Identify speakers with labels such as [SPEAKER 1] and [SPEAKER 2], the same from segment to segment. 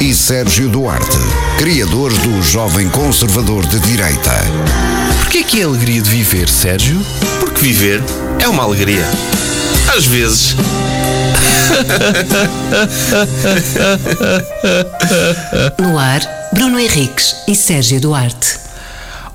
[SPEAKER 1] e Sérgio Duarte, criadores do Jovem Conservador de Direita.
[SPEAKER 2] Porquê que é a alegria de viver, Sérgio?
[SPEAKER 3] Porque viver é uma alegria. Às vezes.
[SPEAKER 4] No ar, Bruno Henriques e Sérgio Duarte.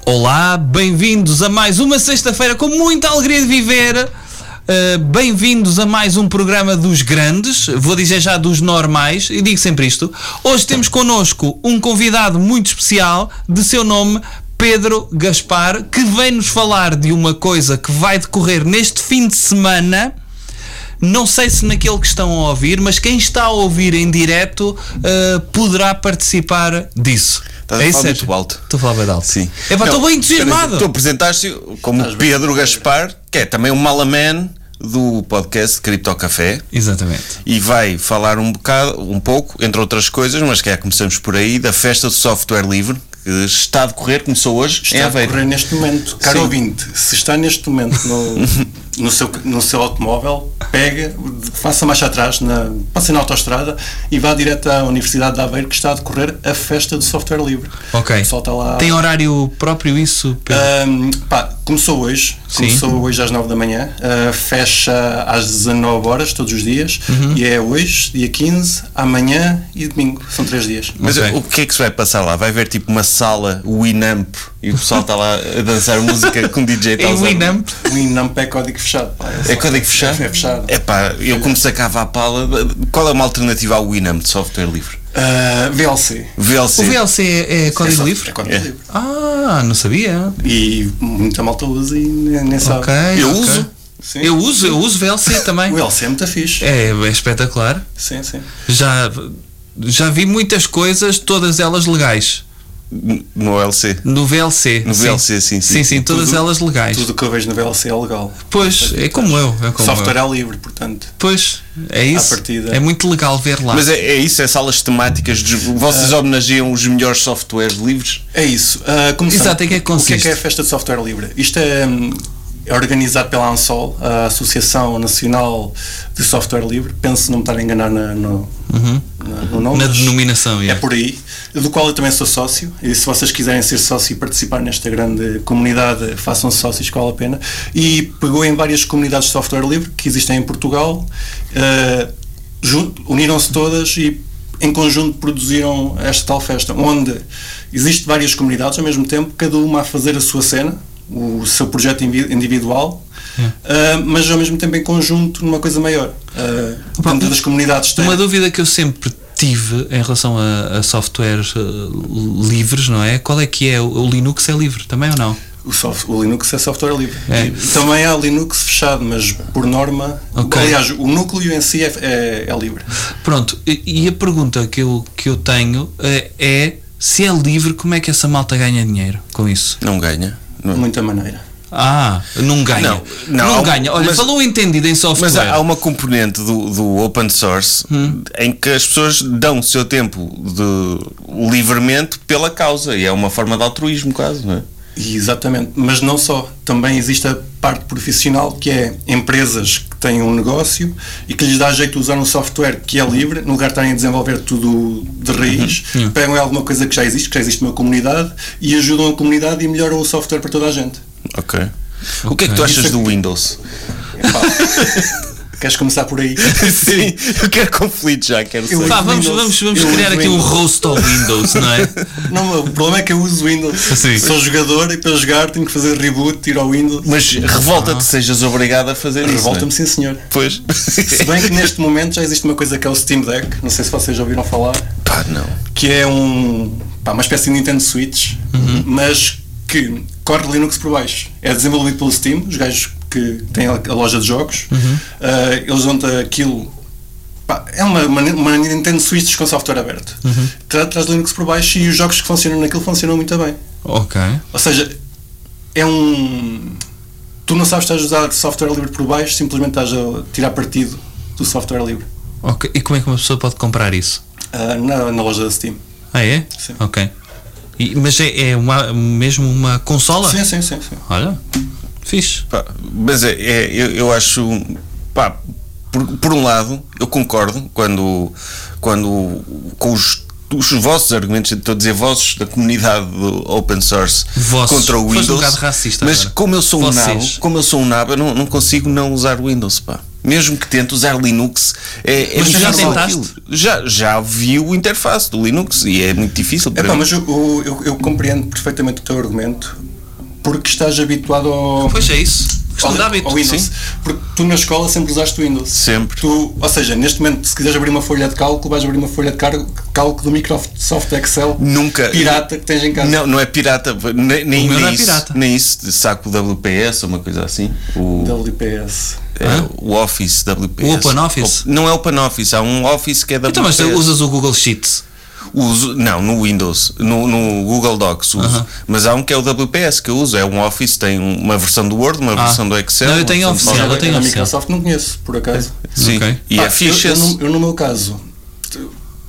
[SPEAKER 2] Olá, bem-vindos a mais uma sexta-feira com muita alegria de viver. Uh, bem-vindos a mais um programa dos grandes, vou dizer já dos normais, e digo sempre isto. Hoje temos connosco um convidado muito especial, de seu nome Pedro Gaspar, que vem nos falar de uma coisa que vai decorrer neste fim de semana. Não sei se naquele que estão a ouvir, mas quem está a ouvir em direto uh, poderá participar disso.
[SPEAKER 3] Estás a
[SPEAKER 2] É isso,
[SPEAKER 3] falar
[SPEAKER 2] Sérgio?
[SPEAKER 3] muito alto.
[SPEAKER 2] Estou a falar bem alto.
[SPEAKER 3] Sim.
[SPEAKER 2] Epá,
[SPEAKER 3] Não,
[SPEAKER 2] Estou É bem
[SPEAKER 3] espera, Tu
[SPEAKER 2] entusiasmado.
[SPEAKER 3] apresentaste como Pedro Gaspar, que é também um malaman do podcast Cripto Café.
[SPEAKER 2] Exatamente.
[SPEAKER 3] E vai falar um bocado, um pouco, entre outras coisas, mas que é começamos por aí, da festa do software livre, que está a decorrer, começou hoje, em
[SPEAKER 5] Está a
[SPEAKER 3] É, Aveiro.
[SPEAKER 5] correr neste momento. Caro
[SPEAKER 3] Sim.
[SPEAKER 5] ouvinte, se está neste momento no, no, seu, no seu automóvel, pega, faça marcha atrás, na, passe na autoestrada e vá direto à Universidade de Aveiro que está a decorrer a festa do software livre.
[SPEAKER 2] Ok.
[SPEAKER 5] O pessoal está lá. Ah,
[SPEAKER 2] Tem horário próprio isso, Pedro?
[SPEAKER 5] Ahm, pá, começou hoje,
[SPEAKER 2] Sim.
[SPEAKER 5] começou hoje às 9 da manhã, ah, fecha às 19 horas todos os dias
[SPEAKER 3] Uhum.
[SPEAKER 5] e é hoje, dia 15, amanhã e domingo, são três dias.
[SPEAKER 3] Mas
[SPEAKER 2] Ok.
[SPEAKER 3] o que é que se vai passar lá? Vai haver tipo uma sala Winamp e o pessoal está lá a dançar música com o DJ
[SPEAKER 5] tá
[SPEAKER 3] está a
[SPEAKER 2] Em
[SPEAKER 3] usar-
[SPEAKER 2] É Winamp.
[SPEAKER 5] O INAMP é código fechado. pá,
[SPEAKER 3] É
[SPEAKER 5] só-
[SPEAKER 3] código fechado?
[SPEAKER 5] É fechado.
[SPEAKER 3] É pá, eu como sacava a pala. Qual é uma alternativa ao Winamp de software livre?
[SPEAKER 5] Ah, VLC.
[SPEAKER 3] VLC.
[SPEAKER 2] O VLC é, é código
[SPEAKER 5] só-
[SPEAKER 2] livre?
[SPEAKER 5] É código
[SPEAKER 3] É.
[SPEAKER 5] livre.
[SPEAKER 2] Ah, não sabia.
[SPEAKER 5] E muita malta usa e nem nem sabe.
[SPEAKER 2] Ok.
[SPEAKER 3] eu
[SPEAKER 2] ok.
[SPEAKER 3] uso.
[SPEAKER 5] Sim.
[SPEAKER 2] Eu uso, eu uso VLC também.
[SPEAKER 5] O LC é muito fixe.
[SPEAKER 2] É, é espetacular.
[SPEAKER 5] Sim, sim.
[SPEAKER 2] Já, já vi muitas coisas, todas elas legais.
[SPEAKER 3] N- No LC.
[SPEAKER 2] No VLC.
[SPEAKER 3] No VLC, sim, sim.
[SPEAKER 2] Sim, sim, todas
[SPEAKER 5] É Tudo-
[SPEAKER 2] elas legais.
[SPEAKER 5] Tudo o que eu vejo no VLC é legal.
[SPEAKER 2] Pois, é como eu. É como
[SPEAKER 5] Software
[SPEAKER 2] eu.
[SPEAKER 5] é livre, portanto.
[SPEAKER 2] Pois, é isso.
[SPEAKER 5] partida.
[SPEAKER 2] É muito legal ver lá.
[SPEAKER 3] Mas é, é isso, é salas temáticas. de- Vocês homenageiam os melhores softwares livres?
[SPEAKER 5] É isso. Ah, começando.
[SPEAKER 2] Exato, em que é que
[SPEAKER 5] O que
[SPEAKER 2] consiste?
[SPEAKER 5] é que é a festa de software livre? Isto é, hum, é organizado pela ANSOL, a Associação Nacional de Software Livre. Penso não me estar a enganar na- no, na- no nome.
[SPEAKER 2] Uhum. Na
[SPEAKER 5] mas
[SPEAKER 2] denominação,
[SPEAKER 5] É
[SPEAKER 2] yeah.
[SPEAKER 5] por aí, do qual eu também sou sócio. E se vocês quiserem ser sócio e participar nesta grande comunidade, façam sócios que vale a pena. E pegou em várias comunidades de software livre que existem em Portugal, eh, jun- uniram-se todas e em conjunto produziram esta tal festa, onde existem várias comunidades ao mesmo tempo, cada uma a fazer a sua cena, o seu projeto invi- individual.
[SPEAKER 2] Hum.
[SPEAKER 5] eh, mas ao mesmo tempo em conjunto numa coisa maior. Eh,
[SPEAKER 2] Opa, um
[SPEAKER 5] dentro das comunidades têm.
[SPEAKER 2] Uma dúvida que eu sempre tive em relação a, a softwares eh, livres, não é? Qual é que é? O, o Linux é livre também ou não?
[SPEAKER 5] O, soft- o Linux é software livre.
[SPEAKER 2] É.
[SPEAKER 5] E Também há Linux fechado, mas por norma.
[SPEAKER 2] Ok.
[SPEAKER 5] Aliás, o núcleo em si é, é- é livre.
[SPEAKER 2] Pronto, e, e a pergunta que eu, que eu tenho eh, é se é livre, como é que essa malta ganha dinheiro com isso?
[SPEAKER 3] Não ganha. Não.
[SPEAKER 5] De muita maneira.
[SPEAKER 2] Ah, não ganha. Não,
[SPEAKER 3] Não, não, há um-
[SPEAKER 2] ganha. Olha,
[SPEAKER 3] mas-
[SPEAKER 2] falou entendido em software. Hum.
[SPEAKER 3] Mas há, um há uma componente do, do open source em que as pessoas dão o seu tempo de, livremente pela causa e é uma forma de altruísmo, quase, não é?
[SPEAKER 5] E exatamente. Mas não só. Também existe a parte profissional, que é empresas que têm um negócio e que lhes dá jeito de usar um software que é livre, no lugar de estarem a desenvolver tudo de raiz,
[SPEAKER 2] Uhum.
[SPEAKER 5] pegam em alguma coisa que já existe, que já existe numa comunidade, e ajudam a comunidade e melhoram o software para toda a gente.
[SPEAKER 3] Ok. O que é que tu
[SPEAKER 2] Ok.
[SPEAKER 3] achas do Windows?
[SPEAKER 5] Epá. Queres começar por aí?
[SPEAKER 3] Sim, eu quero conflito já, quero
[SPEAKER 5] Eu-
[SPEAKER 3] saber.
[SPEAKER 2] Pá, vamos,
[SPEAKER 5] Windows,
[SPEAKER 2] vamos, vamos
[SPEAKER 5] eu
[SPEAKER 2] criar
[SPEAKER 5] uso
[SPEAKER 2] aqui um
[SPEAKER 5] Windows.
[SPEAKER 2] roast ao Windows, não é?
[SPEAKER 5] Não, o problema é que eu uso Windows.
[SPEAKER 2] Sim.
[SPEAKER 5] Sou jogador e para jogar tenho que fazer reboot, tiro ao Windows.
[SPEAKER 3] Mas revolta-te, sejas obrigado a fazer isso. é?
[SPEAKER 5] Revolta-me, sim senhor.
[SPEAKER 3] Pois.
[SPEAKER 5] né? Se bem que neste momento já existe uma coisa que é o Steam Deck, não sei se vocês já ouviram falar,
[SPEAKER 3] Pá, não.
[SPEAKER 5] que é um, pá, uma espécie de Nintendo Switch, mas que corre Linux por baixo. É desenvolvido pelo Steam, os gajos que têm a a loja de jogos, ah, eles dão-te aquilo. pá, é uma, uma, uma Nintendo Switch com software aberto. Tra- Traz Linux por baixo e os jogos que funcionam naquilo funcionam muito bem.
[SPEAKER 2] ok.
[SPEAKER 5] Ou seja, é um. Tu não sabes se estás a usar software livre por baixo, simplesmente estás a tirar partido do software livre
[SPEAKER 2] Ok. E como é que uma pessoa pode comprar isso?
[SPEAKER 5] ah, na, na loja da Steam.
[SPEAKER 2] Ah, é?
[SPEAKER 5] Sim.
[SPEAKER 2] Ok. E- mas é, é uma, mesmo uma consola?
[SPEAKER 5] Sim, sim, sim. sim.
[SPEAKER 2] Olha, fixe.
[SPEAKER 3] Pá, mas é, é- eu, eu acho. Pá, por, por um lado, eu concordo quando, quando com os os vossos argumentos, estou a dizer vossos da comunidade do open source
[SPEAKER 2] Vossos.
[SPEAKER 3] contra o
[SPEAKER 2] Foste um
[SPEAKER 3] Windows.
[SPEAKER 2] bocado racista
[SPEAKER 3] mas
[SPEAKER 2] agora.
[SPEAKER 3] como eu sou um
[SPEAKER 2] Vocês.
[SPEAKER 3] nabo, como eu sou um nabo, eu não, não consigo não usar Windows, pá. Mesmo que tente usar Linux, é, é
[SPEAKER 2] Mas tu já
[SPEAKER 3] difícil
[SPEAKER 2] tentaste?
[SPEAKER 3] aquilo. Já, já vi o interface do Linux e é muito difícil para
[SPEAKER 5] Epá,
[SPEAKER 3] mim.
[SPEAKER 5] mas eu, eu- eu- eu compreendo perfeitamente o teu argumento porque estás habituado ao.
[SPEAKER 2] Pois é isso. Questão
[SPEAKER 5] ao-
[SPEAKER 2] de hábito.
[SPEAKER 5] ao Windows. Porque tu na escola sempre usaste Windows.
[SPEAKER 3] Sempre.
[SPEAKER 5] Tu, ou seja, neste momento, se quiseres abrir uma folha de cálculo, vais abrir uma folha de car- cálculo do Microsoft Excel
[SPEAKER 3] Nunca.
[SPEAKER 5] pirata que tens em casa.
[SPEAKER 3] Não, não é pirata, nem, nem,
[SPEAKER 2] O meu
[SPEAKER 3] nem
[SPEAKER 2] não é
[SPEAKER 3] isso,
[SPEAKER 2] pirata.
[SPEAKER 3] nem isso, saco WPS ou uma coisa assim. O,
[SPEAKER 5] WPS.
[SPEAKER 3] é,
[SPEAKER 2] Hã?
[SPEAKER 3] o Office WPS.
[SPEAKER 2] O Open Office?
[SPEAKER 3] Op- não é Open Office, há um Office que é WPS.
[SPEAKER 2] Então, mas tu usas o Google Sheets.
[SPEAKER 3] Uso, não, no Windows, no, no Google Docs uso.
[SPEAKER 2] Aham.
[SPEAKER 3] Mas há um que é o WPS que eu uso, é um Office, tem uma versão do Word, uma
[SPEAKER 2] Ah.
[SPEAKER 3] versão do Excel.
[SPEAKER 2] Não, eu
[SPEAKER 3] uma
[SPEAKER 2] tenho
[SPEAKER 3] versão
[SPEAKER 2] oficial,
[SPEAKER 3] do
[SPEAKER 2] eu
[SPEAKER 3] PowerPoint.
[SPEAKER 2] tenho
[SPEAKER 5] a
[SPEAKER 2] opção.
[SPEAKER 5] Microsoft não conheço, por acaso.
[SPEAKER 3] Sim.
[SPEAKER 2] Ok. Ah,
[SPEAKER 3] E
[SPEAKER 5] Pá,
[SPEAKER 3] é fixe.
[SPEAKER 5] eu- eu no- Eu, no meu caso, t-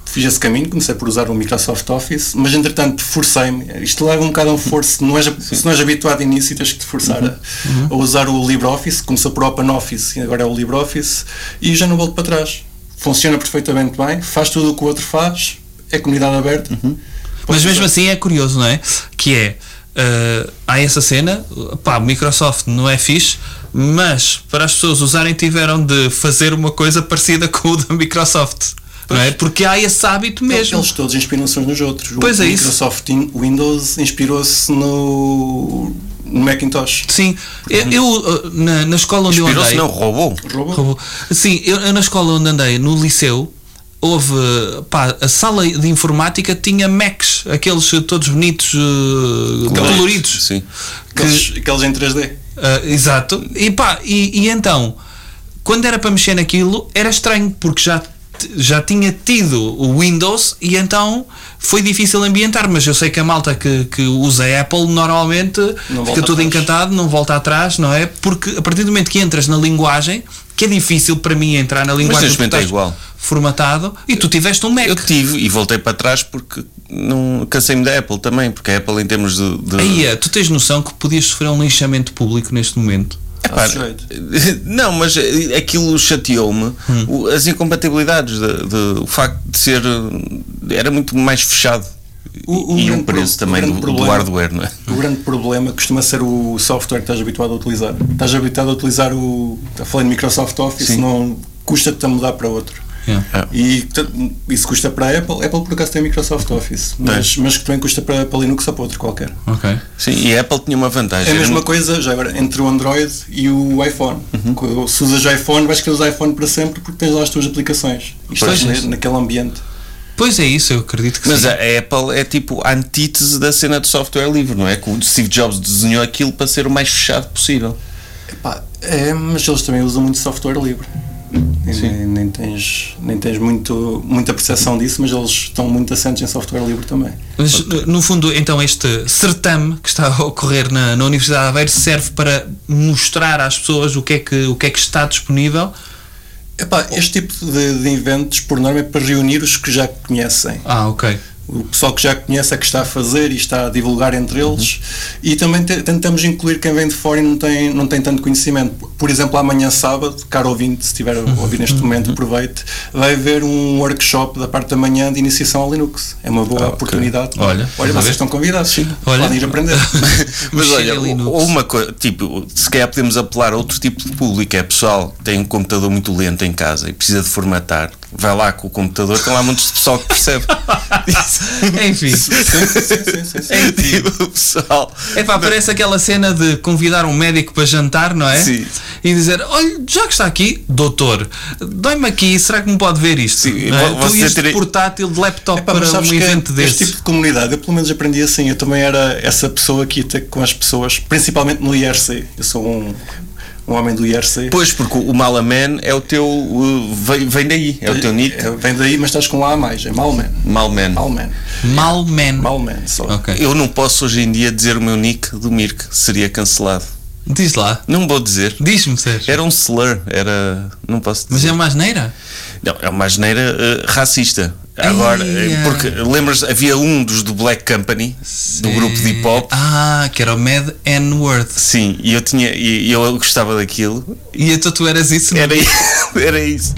[SPEAKER 5] fiz esse caminho, comecei por usar o Microsoft Office, mas entretanto forcei-me. Isto leva um bocado a um forço. Não és, se não és habituado a início, tens que te forçar a- a, usar o LibreOffice. Começou por OpenOffice e agora é o LibreOffice. E já não volto para trás. Funciona perfeitamente bem, faz tudo o que o outro faz, é comunidade aberta.
[SPEAKER 2] Mas
[SPEAKER 5] Podes
[SPEAKER 2] mesmo
[SPEAKER 5] usar.
[SPEAKER 2] assim é curioso, não é? Que é. eh, há essa cena, pá, o Microsoft não é fixe, mas para as pessoas usarem tiveram de fazer uma coisa parecida com o da Microsoft, não é? Porque há esse hábito mesmo.
[SPEAKER 5] Então, Eles todos inspiram-se uns nos outros. O
[SPEAKER 2] Pois é isso.
[SPEAKER 5] Microsoft in- Windows inspirou-se no, no Macintosh.
[SPEAKER 2] Sim, eu, eu, eh, na, na escola onde é. eu
[SPEAKER 3] Inspirou-se,
[SPEAKER 2] andei.
[SPEAKER 3] não, roubou.
[SPEAKER 5] Robô.
[SPEAKER 2] Roubou. Sim, eu, eu na escola onde andei, no liceu, houve. Pá, a sala de informática tinha Macs, aqueles todos bonitos, eh, coloridos.
[SPEAKER 3] Sim.
[SPEAKER 5] Aqueles, aqueles em 3D.
[SPEAKER 2] Ah, exato. E pá, e, e então, quando era para mexer naquilo, era estranho, porque já, t- já tinha tido o Windows e então foi difícil ambientar. Mas eu sei que a malta que, que usa a Apple normalmente fica
[SPEAKER 5] Não volta
[SPEAKER 2] toda
[SPEAKER 5] atrás.
[SPEAKER 2] encantado, não volta atrás, não é? Porque a partir do momento que entras na linguagem, que é difícil para mim entrar na linguagem
[SPEAKER 3] neste
[SPEAKER 2] porque
[SPEAKER 3] momento é
[SPEAKER 2] estás
[SPEAKER 3] igual.
[SPEAKER 2] formatado, e tu tiveste um Mac.
[SPEAKER 3] Eu tive e voltei para trás porque não cansei-me da Apple também, porque a Apple em termos de. de-
[SPEAKER 2] Aí, é, tu tens noção que podias sofrer um linchamento público neste momento.
[SPEAKER 3] Epá,
[SPEAKER 5] sujeito.
[SPEAKER 3] não, mas eh, aquilo chateou-me.
[SPEAKER 5] Hum.
[SPEAKER 3] O- As incompatibilidades, de- de- o facto de ser. eh, Era muito mais fechado.
[SPEAKER 5] O- o
[SPEAKER 3] e
[SPEAKER 5] grande
[SPEAKER 3] o preço
[SPEAKER 5] pro- o
[SPEAKER 3] também
[SPEAKER 5] grande
[SPEAKER 3] do, do
[SPEAKER 5] problema-
[SPEAKER 3] hardware, não é?
[SPEAKER 5] O grande problema costuma ser o software que estás habituado a utilizar. Estás habituado a utilizar o. a falar de Microsoft Office,
[SPEAKER 3] Sim.
[SPEAKER 5] não custa-te a mudar para outro.
[SPEAKER 2] Yeah.
[SPEAKER 3] Ah.
[SPEAKER 5] E portanto, isso custa para a Apple. Apple por acaso tem Microsoft Office, mas, mas que também custa para, para Linux ou para outro qualquer.
[SPEAKER 2] Ok.
[SPEAKER 3] Sim, e a Apple tinha uma vantagem.
[SPEAKER 5] É a
[SPEAKER 3] era
[SPEAKER 5] mesma
[SPEAKER 3] muito-
[SPEAKER 5] coisa, já agora, entre o Android e o iPhone.
[SPEAKER 3] Uhum.
[SPEAKER 5] Quando- Se usas iPhone, vais querer usar iPhone para sempre porque tens lá as tuas aplicações. E estás
[SPEAKER 2] Pois.
[SPEAKER 5] na- naquele ambiente.
[SPEAKER 2] Pois é isso, eu acredito que
[SPEAKER 3] Mas
[SPEAKER 2] sim.
[SPEAKER 3] a a Apple é tipo a antítese da cena de software livre, não é? Que o Steve Jobs desenhou aquilo para ser o mais fechado possível.
[SPEAKER 5] Epá, é, mas eles também usam muito software livre. Nem, nem- nem tens, nem tens muito, muita percepção disso, mas eles estão muito assentes em software livre também.
[SPEAKER 2] Mas, no fundo, então, este certame que está a ocorrer na, na Universidade de Aveiro serve para mostrar às pessoas o que é que, o que, é que está disponível.
[SPEAKER 5] Epá, este tipo de, de eventos, por norma, é para reunir os que já conhecem.
[SPEAKER 2] Ah, ok.
[SPEAKER 5] O pessoal que já conhece é que está a fazer e está a divulgar entre eles. E também te- tentamos incluir quem vem de fora e não tem, não tem tanto conhecimento. Por exemplo, amanhã sábado, caro ouvinte, se estiver a
[SPEAKER 2] Uhum.
[SPEAKER 5] ouvir neste momento, aproveite, vai haver um workshop da parte da manhã de iniciação ao Linux. É uma boa oportunidade.
[SPEAKER 2] Ah, Olha, vamos ver.
[SPEAKER 5] Olha, vocês estão convidados.
[SPEAKER 2] Olha.
[SPEAKER 5] Podem ir aprender.
[SPEAKER 3] Mas
[SPEAKER 2] Mexer
[SPEAKER 3] olha,
[SPEAKER 2] em
[SPEAKER 3] ou
[SPEAKER 2] Linux.
[SPEAKER 3] ou uma coisa, tipo, se calhar podemos apelar a outro tipo de público, é pessoal que tem um computador muito lento em casa e precisa de formatar, vai lá com o computador, tem lá muitos de pessoal que percebe.
[SPEAKER 2] Enfim.
[SPEAKER 5] sim, sim, sim.
[SPEAKER 3] Tipo, o pessoal.
[SPEAKER 2] É pá, parece aquela cena de convidar um médico para jantar, não é?
[SPEAKER 3] Sim.
[SPEAKER 2] E dizer: Olha, já que está aqui, doutor, dói-me aqui, será que me pode ver isto?
[SPEAKER 3] Sim,
[SPEAKER 2] Não é?
[SPEAKER 3] vo-
[SPEAKER 2] Tu
[SPEAKER 3] você
[SPEAKER 2] este
[SPEAKER 3] teria-
[SPEAKER 2] portátil de laptop
[SPEAKER 5] Epá, mas
[SPEAKER 2] para
[SPEAKER 5] sabes
[SPEAKER 2] um
[SPEAKER 5] que
[SPEAKER 2] evento desse.
[SPEAKER 5] Este tipo de comunidade, eu pelo menos aprendi assim. Eu também era essa pessoa que ia ter com as pessoas, principalmente no IRC. Eu sou um, um homem do IRC.
[SPEAKER 3] Pois, porque o Malaman é o teu. uh, vem, vem daí, é o teu nick.
[SPEAKER 5] É, Vem daí, mas estás com um A a mais. É Malman.
[SPEAKER 3] Malman.
[SPEAKER 5] Malman.
[SPEAKER 2] Malman.
[SPEAKER 5] Malman, só.
[SPEAKER 2] Ok.
[SPEAKER 3] Eu não posso hoje em dia dizer o meu nick do Mirk, seria cancelado.
[SPEAKER 2] Diz lá.
[SPEAKER 3] Não vou dizer.
[SPEAKER 2] Diz-me, Sérgio.
[SPEAKER 3] Era um slur, era. Não posso
[SPEAKER 2] Mas
[SPEAKER 3] dizer.
[SPEAKER 2] é uma asneira?
[SPEAKER 3] Não, é uma geneira racista. Agora,
[SPEAKER 2] Eia.
[SPEAKER 3] eh, porque lembras, havia um dos do Black Company, do grupo de hip hop.
[SPEAKER 2] Ah, que era o Mad N-Word.
[SPEAKER 3] Sim, e eu tinha, e e eu gostava daquilo.
[SPEAKER 2] E então tu eras isso? não?
[SPEAKER 3] Era, i- era isso.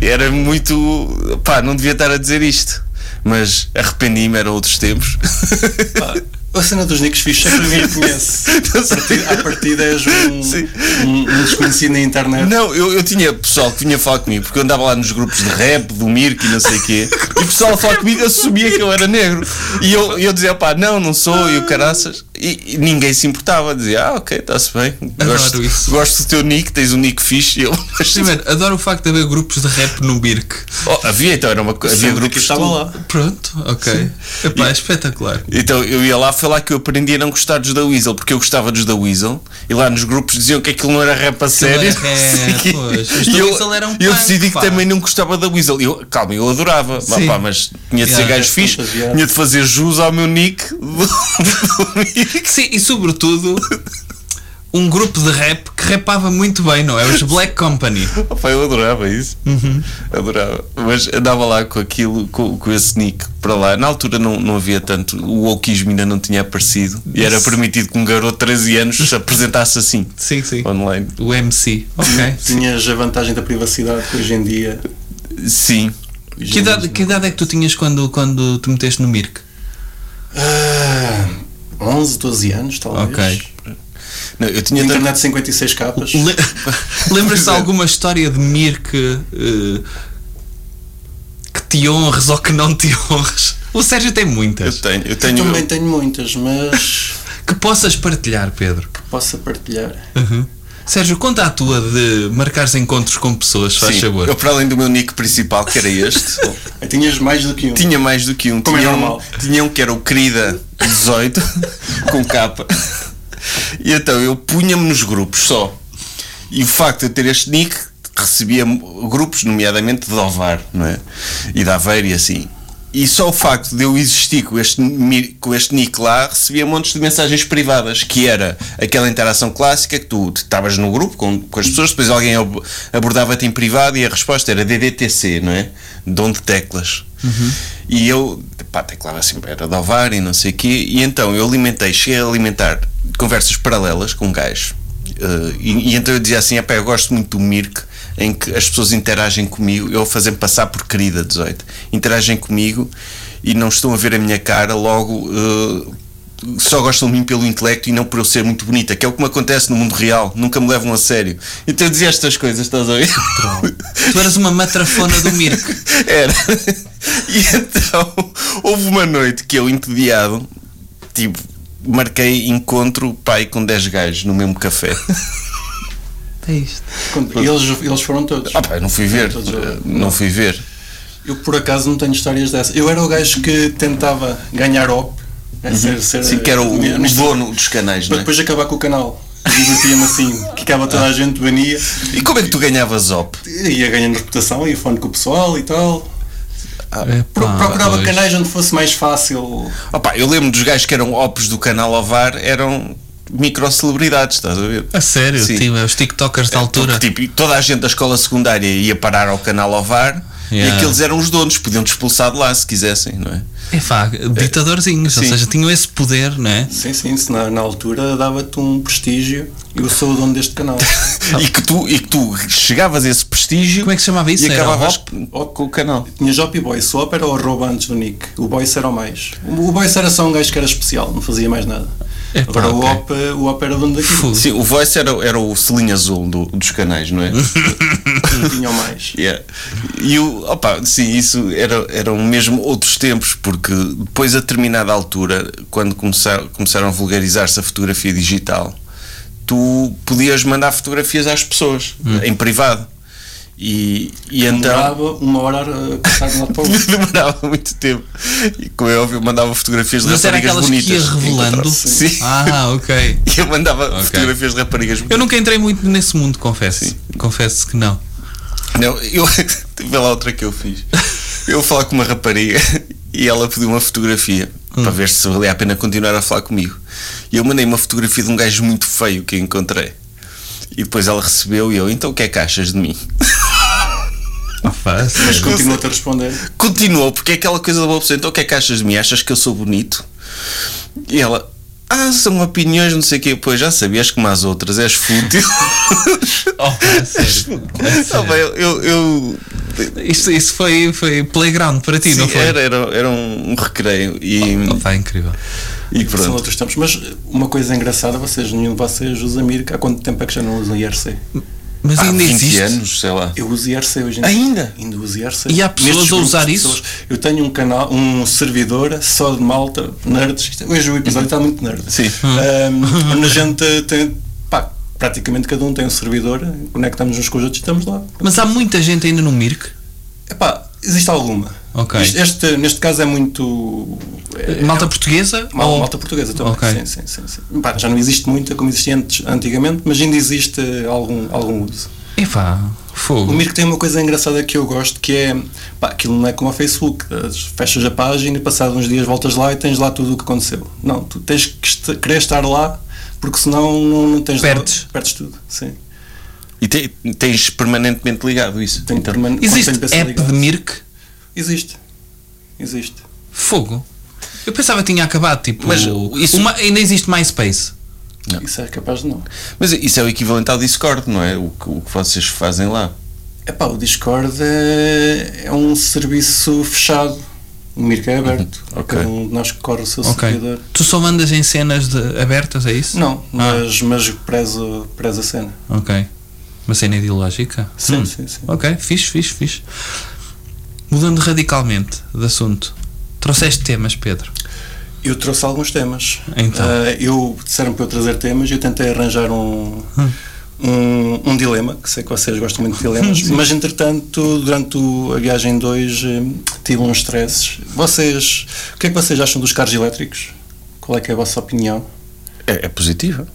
[SPEAKER 3] Era muito. Pá, não devia estar a dizer isto. mas arrependi-me, era outros tempos.
[SPEAKER 5] Pá, a cena dos nicks fixos é que ninguém conhece.
[SPEAKER 3] Não sei.
[SPEAKER 5] À partida és um,
[SPEAKER 3] Sim.
[SPEAKER 5] um, um desconhecido na internet.
[SPEAKER 3] Não, eu, eu tinha pessoal que vinha falar comigo, porque eu andava lá nos grupos de rap, do Mirk e não sei o quê, e o pessoal a falar comigo assumia que eu era negro. E eu, eu dizia, pá, não, não sou, e o caraças. E, e ninguém se importava, dizia, ah, ok, está-se bem,
[SPEAKER 2] Adoro
[SPEAKER 3] gosto,
[SPEAKER 2] isso.
[SPEAKER 3] gosto do teu nick, tens um nick fixe. E eu, mas,
[SPEAKER 2] Primeiro, adoro o facto de haver grupos de rap no Birk.
[SPEAKER 3] Oh, havia então, era uma co- havia
[SPEAKER 5] Sendo que
[SPEAKER 3] grupos.
[SPEAKER 5] estava
[SPEAKER 3] tu-
[SPEAKER 5] lá.
[SPEAKER 2] Pronto, ok. Epá, é espetacular.
[SPEAKER 3] Então eu ia lá, foi lá que eu aprendi a não gostar dos da Weasel, porque eu gostava dos da Weasel, e lá nos grupos diziam que aquilo não era rap a sério.
[SPEAKER 2] era rap,
[SPEAKER 3] não sei o quê.
[SPEAKER 2] pois. Os da
[SPEAKER 3] E eu,
[SPEAKER 2] Weasel eram
[SPEAKER 3] eu
[SPEAKER 2] punk,
[SPEAKER 3] decidi
[SPEAKER 2] pá.
[SPEAKER 3] que também não gostava da Weasel. Eu, calma, eu adorava, Vá,
[SPEAKER 2] Sim.
[SPEAKER 3] pá, mas tinha de
[SPEAKER 2] Yeah,
[SPEAKER 3] ser gajo
[SPEAKER 5] é
[SPEAKER 3] fixe,
[SPEAKER 5] fantasiado.
[SPEAKER 3] tinha de fazer jus ao meu nick do, do Nick.
[SPEAKER 2] Sim, e sobretudo, um grupo de rap que rapava muito bem, não é? Os Black Company.
[SPEAKER 3] Opa, eu adorava isso.
[SPEAKER 2] Uhum.
[SPEAKER 3] Adorava. Mas andava lá com aquilo, com, com esse nick para lá. Na altura não, não havia tanto, o wokeismo ainda não tinha aparecido. E era permitido que um garoto de 13 anos se apresentasse assim.
[SPEAKER 2] Sim, sim.
[SPEAKER 3] Online.
[SPEAKER 2] O MC. Ok.
[SPEAKER 5] Tinhas a vantagem da privacidade que hoje em dia.
[SPEAKER 3] Sim.
[SPEAKER 2] Que idade, que idade é que tu tinhas quando, quando te meteste no Mirk?
[SPEAKER 5] Ah, 11, 12 anos, talvez.
[SPEAKER 2] Ok.
[SPEAKER 3] Não, eu tinha tanto-
[SPEAKER 5] Internet 56 capas.
[SPEAKER 2] Le- Lembras-te de alguma história de Mirk eh, que te honres ou que não te honres? O Sérgio tem
[SPEAKER 3] Eu
[SPEAKER 2] muitas.
[SPEAKER 3] tenho, eu
[SPEAKER 5] Eu
[SPEAKER 3] tenho.
[SPEAKER 5] também tenho muitas, mas
[SPEAKER 2] Que possas partilhar, Pedro.
[SPEAKER 5] posso partilhar.
[SPEAKER 2] Sérgio, conta a tua de marcares encontros com pessoas, faz
[SPEAKER 3] Sim,
[SPEAKER 2] favor.
[SPEAKER 3] eu para além do meu nick principal, que era este,
[SPEAKER 5] Aí Tinhas mais do que um.
[SPEAKER 3] tinha mais do que um.
[SPEAKER 5] Como é
[SPEAKER 3] tinha, um
[SPEAKER 5] normal.
[SPEAKER 3] tinha um que era o querida 18 com capa. E então eu punha-me nos grupos só. E o facto de eu ter este nick recebia grupos, nomeadamente de Ovar, não é? E da Aveiro e assim. E só o facto de eu existir com este, mi- com este nick lá, recebia montes de mensagens privadas, que era aquela interação clássica que tu estavas no grupo com, com as pessoas, depois alguém ab- abordava-te em privado e a resposta era DDTC, não é? Dom de teclas. Uhum. E eu, pá, teclava sempre, era de Ovar e não sei o quê, e então eu alimentei, cheguei a alimentar conversas paralelas com um gajo. Uh, e, e então eu dizia assim: "Epá, eu gosto muito do Mirk, em que as pessoas interagem comigo, eu fazem passar por querida 18, interagem comigo e não estão a ver a minha cara, logo uh, só gostam de mim pelo intelecto e não por eu ser muito bonita, que é o que me acontece no mundo real, nunca me levam a sério. Então eu dizia estas coisas, estás a ver?
[SPEAKER 2] Tu eras uma matrafona do Mirk.
[SPEAKER 3] Era. E então houve uma noite que eu, entediado, tipo, marquei encontro pai com 10 gajos no mesmo café.
[SPEAKER 2] É isto.
[SPEAKER 5] Quando- Eles, eles foram todos.
[SPEAKER 3] Ah, pá, eu não fui ver.
[SPEAKER 5] Todos eu-
[SPEAKER 3] Não fui ver.
[SPEAKER 5] Eu por acaso não tenho histórias dessas. Eu era o gajo que tentava ganhar OP. é Ser, ser,
[SPEAKER 3] Uhum. Sim, que era o,
[SPEAKER 5] eh,
[SPEAKER 3] o dono dos canais,
[SPEAKER 5] Para
[SPEAKER 3] não é?
[SPEAKER 5] depois acabar com o canal. Divertia-me assim, ficava toda a gente, bania,
[SPEAKER 3] E como é que tu ganhavas op?
[SPEAKER 5] ia ganhando reputação, ia falando com o pessoal e tal.
[SPEAKER 3] Ah,
[SPEAKER 5] Pro-
[SPEAKER 2] Epá,
[SPEAKER 5] procurava
[SPEAKER 2] pois.
[SPEAKER 5] canais onde fosse mais fácil.
[SPEAKER 3] Opá, Ah, eu lembro dos gajos que eram ops do canal Ovar, eram microcelebridades, estás a ver?
[SPEAKER 2] A sério,
[SPEAKER 3] Sim.
[SPEAKER 2] tipo, os TikTokers da altura.
[SPEAKER 3] Porque, tipo, toda a gente da escola secundária ia parar ao canal Ovar
[SPEAKER 2] Yeah.
[SPEAKER 3] e aqueles eram os donos, podiam-te expulsar de lá se quisessem, não é?
[SPEAKER 2] É pá, ditadorzinhos, ou
[SPEAKER 3] Sim.
[SPEAKER 2] seja, tinham esse poder, não é?
[SPEAKER 5] Sim, sim, se na, na altura dava-te um prestígio. Eu sou o dono deste canal.
[SPEAKER 3] E, que tu, e que tu chegavas a esse prestígio
[SPEAKER 2] Como é que se chamava isso?
[SPEAKER 3] e
[SPEAKER 2] Era
[SPEAKER 3] acabavas
[SPEAKER 2] op?
[SPEAKER 3] op com o canal.
[SPEAKER 5] Tinha Jop e Boyce. O Op era o arroba antes do Nick. O Boyce era o mais. O, o Boyce era só um gajo que era especial, não fazia mais nada.
[SPEAKER 2] Epá,
[SPEAKER 5] Agora
[SPEAKER 2] ok.
[SPEAKER 5] o, Op, o Op era o dono daquilo.
[SPEAKER 2] Fogo.
[SPEAKER 3] Sim, o Voice era, era o selinho azul do- dos canais, não é?
[SPEAKER 5] Não tinha o mais.
[SPEAKER 3] Yeah. E o, opa, sim, isso era, eram mesmo outros tempos, porque depois, a determinada altura, quando começaram, começaram a vulgarizar-se a fotografia digital, tu podias mandar fotografias às pessoas,
[SPEAKER 2] Hum.
[SPEAKER 3] em privado. E, e então.
[SPEAKER 5] Demorava uma hora a passar de um lado para o outro.
[SPEAKER 3] Demorava muito tempo. E como é óbvio, eu mandava fotografias de
[SPEAKER 2] Mas era
[SPEAKER 3] raparigas
[SPEAKER 2] aquelas
[SPEAKER 3] bonitas.
[SPEAKER 2] que ia revelando.
[SPEAKER 3] Encontrava-se. Sim.
[SPEAKER 2] Ah, ok.
[SPEAKER 3] E eu mandava
[SPEAKER 2] Ok.
[SPEAKER 3] fotografias de raparigas
[SPEAKER 2] Eu
[SPEAKER 3] bonitas.
[SPEAKER 2] nunca entrei muito nesse mundo, confesso. Confesso que não.
[SPEAKER 3] Não, eu. Vê lá outra que eu fiz. Eu vou falar com uma rapariga e ela pediu uma fotografia
[SPEAKER 2] Hum.
[SPEAKER 3] para ver se valia a pena continuar a falar comigo. E eu mandei uma fotografia de um gajo muito feio que eu encontrei. E depois ela recebeu e eu, então o que é que achas de mim? Ah,
[SPEAKER 5] Mas continua-te a responder.
[SPEAKER 3] Continuou, porque é aquela coisa da boa pessoa, então o que é que achas de mim? Achas que eu sou bonito? E ela, ah, são opiniões, não sei o quê. Pois já sabias como as outras, és fútil.
[SPEAKER 2] Oh, pá, a sério.
[SPEAKER 3] Ah, bem, eu, eu
[SPEAKER 2] Isso, isso foi, foi playground para ti,
[SPEAKER 3] Sim,
[SPEAKER 2] não foi?
[SPEAKER 3] Era, era, era um um recreio e,
[SPEAKER 2] Pá, incrível.
[SPEAKER 3] e
[SPEAKER 5] São
[SPEAKER 3] pronto.
[SPEAKER 5] outros tempos. Mas uh, uma coisa engraçada, vocês, nenhum de vocês usa Mirk. Há quanto tempo é que já não usam IRC?
[SPEAKER 2] Mas
[SPEAKER 3] Há
[SPEAKER 2] ainda
[SPEAKER 3] 20
[SPEAKER 2] existe.
[SPEAKER 3] anos, sei lá.
[SPEAKER 5] Eu uso IRC hoje em dia.
[SPEAKER 3] Ainda?
[SPEAKER 5] Ainda uso IRC.
[SPEAKER 2] E há pessoas
[SPEAKER 5] Nestes
[SPEAKER 2] a
[SPEAKER 5] grupos
[SPEAKER 2] usar
[SPEAKER 5] de
[SPEAKER 2] isso?
[SPEAKER 5] Eu tenho um canal, um servidor só de malta, nerds. Isto- Hoje o episódio
[SPEAKER 2] Uhum.
[SPEAKER 5] está muito nerd.
[SPEAKER 3] Sim.
[SPEAKER 5] Ahm, onde a gente tem, pá, praticamente cada um tem um servidor, conectamos uns com os outros e estamos lá.
[SPEAKER 2] Mas há muita gente ainda no Mirk.
[SPEAKER 5] Epá, existe alguma.
[SPEAKER 2] Ok.
[SPEAKER 5] Isto- este, neste caso é muito. é-
[SPEAKER 2] Malta
[SPEAKER 5] é-
[SPEAKER 2] portuguesa?
[SPEAKER 5] Mal-
[SPEAKER 2] ou-
[SPEAKER 5] malta portuguesa também.
[SPEAKER 2] Ok.
[SPEAKER 5] Sim, sim, sim, sim. Pá, já não existe muita como existia antes, antigamente, mas ainda existe algum, algum uso.
[SPEAKER 2] Epá, fogo.
[SPEAKER 5] O Mirk tem uma coisa engraçada que eu gosto que é pá, aquilo não é como o Facebook, as- fechas a página e passados uns dias voltas lá e tens lá tudo o que aconteceu. Não, tu tens que est- querer estar lá porque senão não, não tens
[SPEAKER 2] Perdes.
[SPEAKER 5] perdes tudo. Sim.
[SPEAKER 3] E te- tens permanentemente ligado isso. então.
[SPEAKER 5] Tem permane-
[SPEAKER 2] Então, Existe
[SPEAKER 5] quando tem PC
[SPEAKER 2] app
[SPEAKER 5] ligado.
[SPEAKER 2] de Mirk?
[SPEAKER 5] Existe. Existe.
[SPEAKER 2] Fogo. Eu pensava que tinha acabado, tipo.
[SPEAKER 3] Mas isso-
[SPEAKER 2] uma- ainda existe MySpace.
[SPEAKER 5] Isso é capaz de não.
[SPEAKER 3] Mas isso é o equivalente ao Discord, não é? O que, o que vocês fazem lá.
[SPEAKER 5] Epá, o Discord é, é um serviço fechado. O Mirk é aberto.
[SPEAKER 3] Uhum, ok.
[SPEAKER 5] Cada um de nós que corre o seu
[SPEAKER 2] Ok.
[SPEAKER 5] servidor.
[SPEAKER 2] Tu só andas em cenas de- abertas, é isso?
[SPEAKER 5] Não,
[SPEAKER 2] Ah.
[SPEAKER 5] mas, mas prezo, prezo a cena.
[SPEAKER 2] Ok. Uma cena ideológica? Hum.
[SPEAKER 5] Sim, sim, sim.
[SPEAKER 2] Ok, fixe, fixe, fixe. Mudando radicalmente de assunto, trouxeste temas, Pedro.
[SPEAKER 5] Eu trouxe alguns temas.
[SPEAKER 2] Então.
[SPEAKER 5] Ah, eu disseram para eu trazer temas e eu tentei arranjar um, um, um dilema, que sei que vocês gostam muito de dilemas, mas entretanto, durante o- a viagem 2 tive uns stresses. Vocês, o que é que vocês acham dos carros elétricos? Qual é que é a vossa opinião?
[SPEAKER 3] É, é positivo.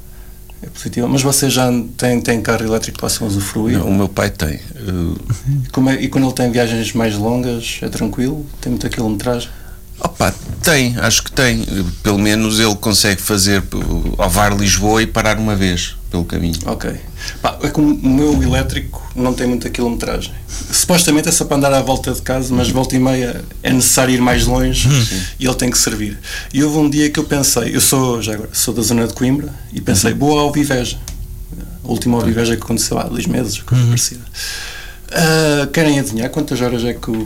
[SPEAKER 5] É positiva, mas vocês já têm, têm carro elétrico que possam usufruir?
[SPEAKER 3] Não, o meu pai tem. Uh,
[SPEAKER 5] E como é- e quando ele tem viagens mais longas, é tranquilo? Tem muita quilometragem?
[SPEAKER 3] opa, tem, acho que tem. Uh, Pelo menos ele consegue fazer uh, Ovar Lisboa e parar uma vez pelo caminho.
[SPEAKER 5] Ok. Pá, é que o meu elétrico não tem muita quilometragem. Supostamente é só para andar à volta de casa, mas volta e meia é necessário ir mais longe e ele tem que servir. E houve um dia que eu pensei, eu sou, já agora, sou da zona de Coimbra, e pensei, vou ao Viveja. A última Viveja que aconteceu há dois meses, coisa parecida. Ah, querem adivinhar quantas horas é que o,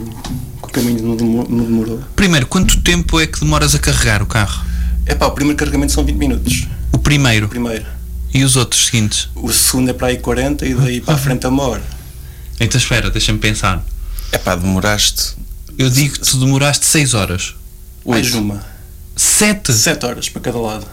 [SPEAKER 5] que o caminho me demo- me demorou?
[SPEAKER 2] Primeiro, quanto tempo é que demoras a carregar o carro?
[SPEAKER 5] É pá, o primeiro carregamento são 20 minutos.
[SPEAKER 2] O primeiro.
[SPEAKER 5] Primeiro.
[SPEAKER 2] E os outros seguintes?
[SPEAKER 5] O segundo é para aí 40 e daí para a frente é uma hora.
[SPEAKER 2] Então espera, deixa-me pensar.
[SPEAKER 3] É pá, demoraste
[SPEAKER 2] Eu digo que tu demoraste 6 horas.
[SPEAKER 5] Mais
[SPEAKER 3] hoje.
[SPEAKER 5] uma.
[SPEAKER 2] 7
[SPEAKER 5] 7 horas para cada lado.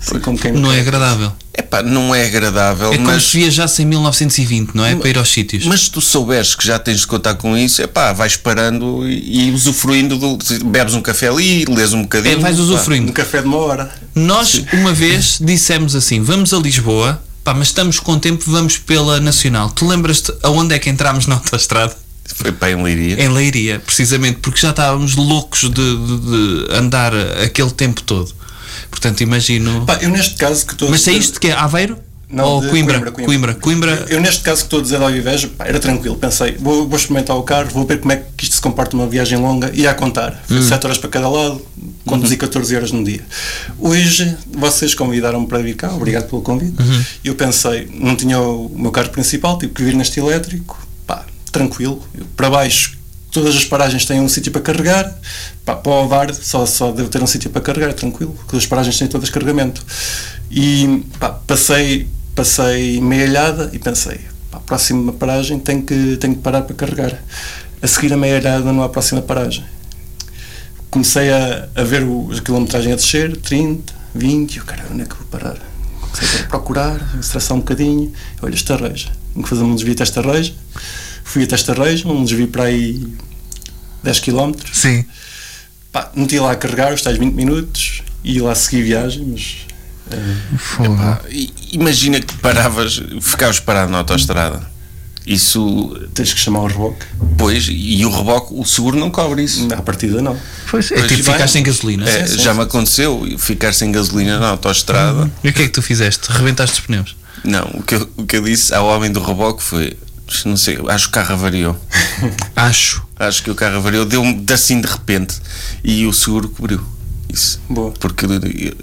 [SPEAKER 5] Assim como quem
[SPEAKER 2] não é agradável.
[SPEAKER 3] É pá, não é agradável,
[SPEAKER 2] É como
[SPEAKER 3] mas,
[SPEAKER 2] se viajasse em 1920, não é? Para ir aos sítios.
[SPEAKER 3] mas se tu souberes que já tens de contar com isso, é pá, vais parando e, e usufruindo do. Bebes um café ali, lês um bocadinho.
[SPEAKER 2] É, vais
[SPEAKER 3] pá.
[SPEAKER 2] usufruindo.
[SPEAKER 5] Um café de uma hora.
[SPEAKER 2] Nós, uma vez, dissemos assim: vamos a Lisboa, pá, mas estamos com tempo, vamos pela Nacional. Tu lembras-te aonde é que entrámos na autostrada?
[SPEAKER 3] Foi pá, em Leiria.
[SPEAKER 2] Em Leiria, precisamente, porque já estávamos loucos de, de- de andar aquele tempo todo. Portanto, imagino.
[SPEAKER 5] Pá, eu neste caso que estou. a
[SPEAKER 2] mas é
[SPEAKER 5] dizer-
[SPEAKER 2] isto que é Aveiro?
[SPEAKER 5] Não,
[SPEAKER 2] Ou
[SPEAKER 5] de
[SPEAKER 2] Coimbra?
[SPEAKER 5] Coimbra, Coimbra.
[SPEAKER 2] Coimbra. Coimbra.
[SPEAKER 5] Eu neste caso que estou a dizer ao Iveja, pá, era tranquilo. Pensei, vou, vou experimentar o carro, vou ver como é que isto se comporta uma viagem longa e a contar.
[SPEAKER 2] Hum.
[SPEAKER 5] Foi 7 horas para cada lado, conduzi
[SPEAKER 2] Uhum.
[SPEAKER 5] 14 horas no dia. Hoje vocês convidaram-me para vir cá, obrigado pelo convite.
[SPEAKER 2] Uhum.
[SPEAKER 5] E eu pensei, não tinha o meu carro principal, tive que vir neste elétrico, pá, tranquilo, eu para baixo. Todas as paragens têm um sítio para carregar. Pá, para o Ovar só, só devo ter um sítio para carregar, tranquilo, porque as paragens têm todas carregamento. E pá, passei passei meia olhada e pensei, a próxima paragem tenho que, tenho que parar para carregar. A seguir a meia olhada não há próxima paragem. Comecei a, a ver o, a quilometragem a descer, 30, 20, e eu, caralho, onde é que vou parar? Comecei a procurar, estressar um bocadinho, olha, esta reja. Tenho que fazer um desvio até esta reja. Fui até esta reja, um desvio para aí 10 km
[SPEAKER 2] Sim.
[SPEAKER 5] pá, meti lá a carregar os tais 20 minutos e lá segui viagem, mas eh,
[SPEAKER 3] Pá, i- Imagina que paravas, ficavas parado na autoestrada. Isso,
[SPEAKER 5] tens que chamar o reboque.
[SPEAKER 3] pois, e o reboque, o seguro não cobre isso.
[SPEAKER 5] À partida, não.
[SPEAKER 2] Pois é.
[SPEAKER 3] Pois
[SPEAKER 2] tipo,
[SPEAKER 3] vai.
[SPEAKER 2] ficaste sem gasolina.
[SPEAKER 3] É,
[SPEAKER 5] sim,
[SPEAKER 3] já
[SPEAKER 5] sim.
[SPEAKER 3] me aconteceu ficar sem gasolina na autoestrada.
[SPEAKER 2] E o que é que tu fizeste? Rebentaste os pneus.
[SPEAKER 3] Não, o que, eu, o que eu disse ao homem do reboque foi: não sei, acho que o carro avariou.
[SPEAKER 2] Acho.
[SPEAKER 3] Acho que o carro avariou, deu-me de- assim de repente e o seguro cobriu isso.
[SPEAKER 5] Boa.
[SPEAKER 3] Porque eu,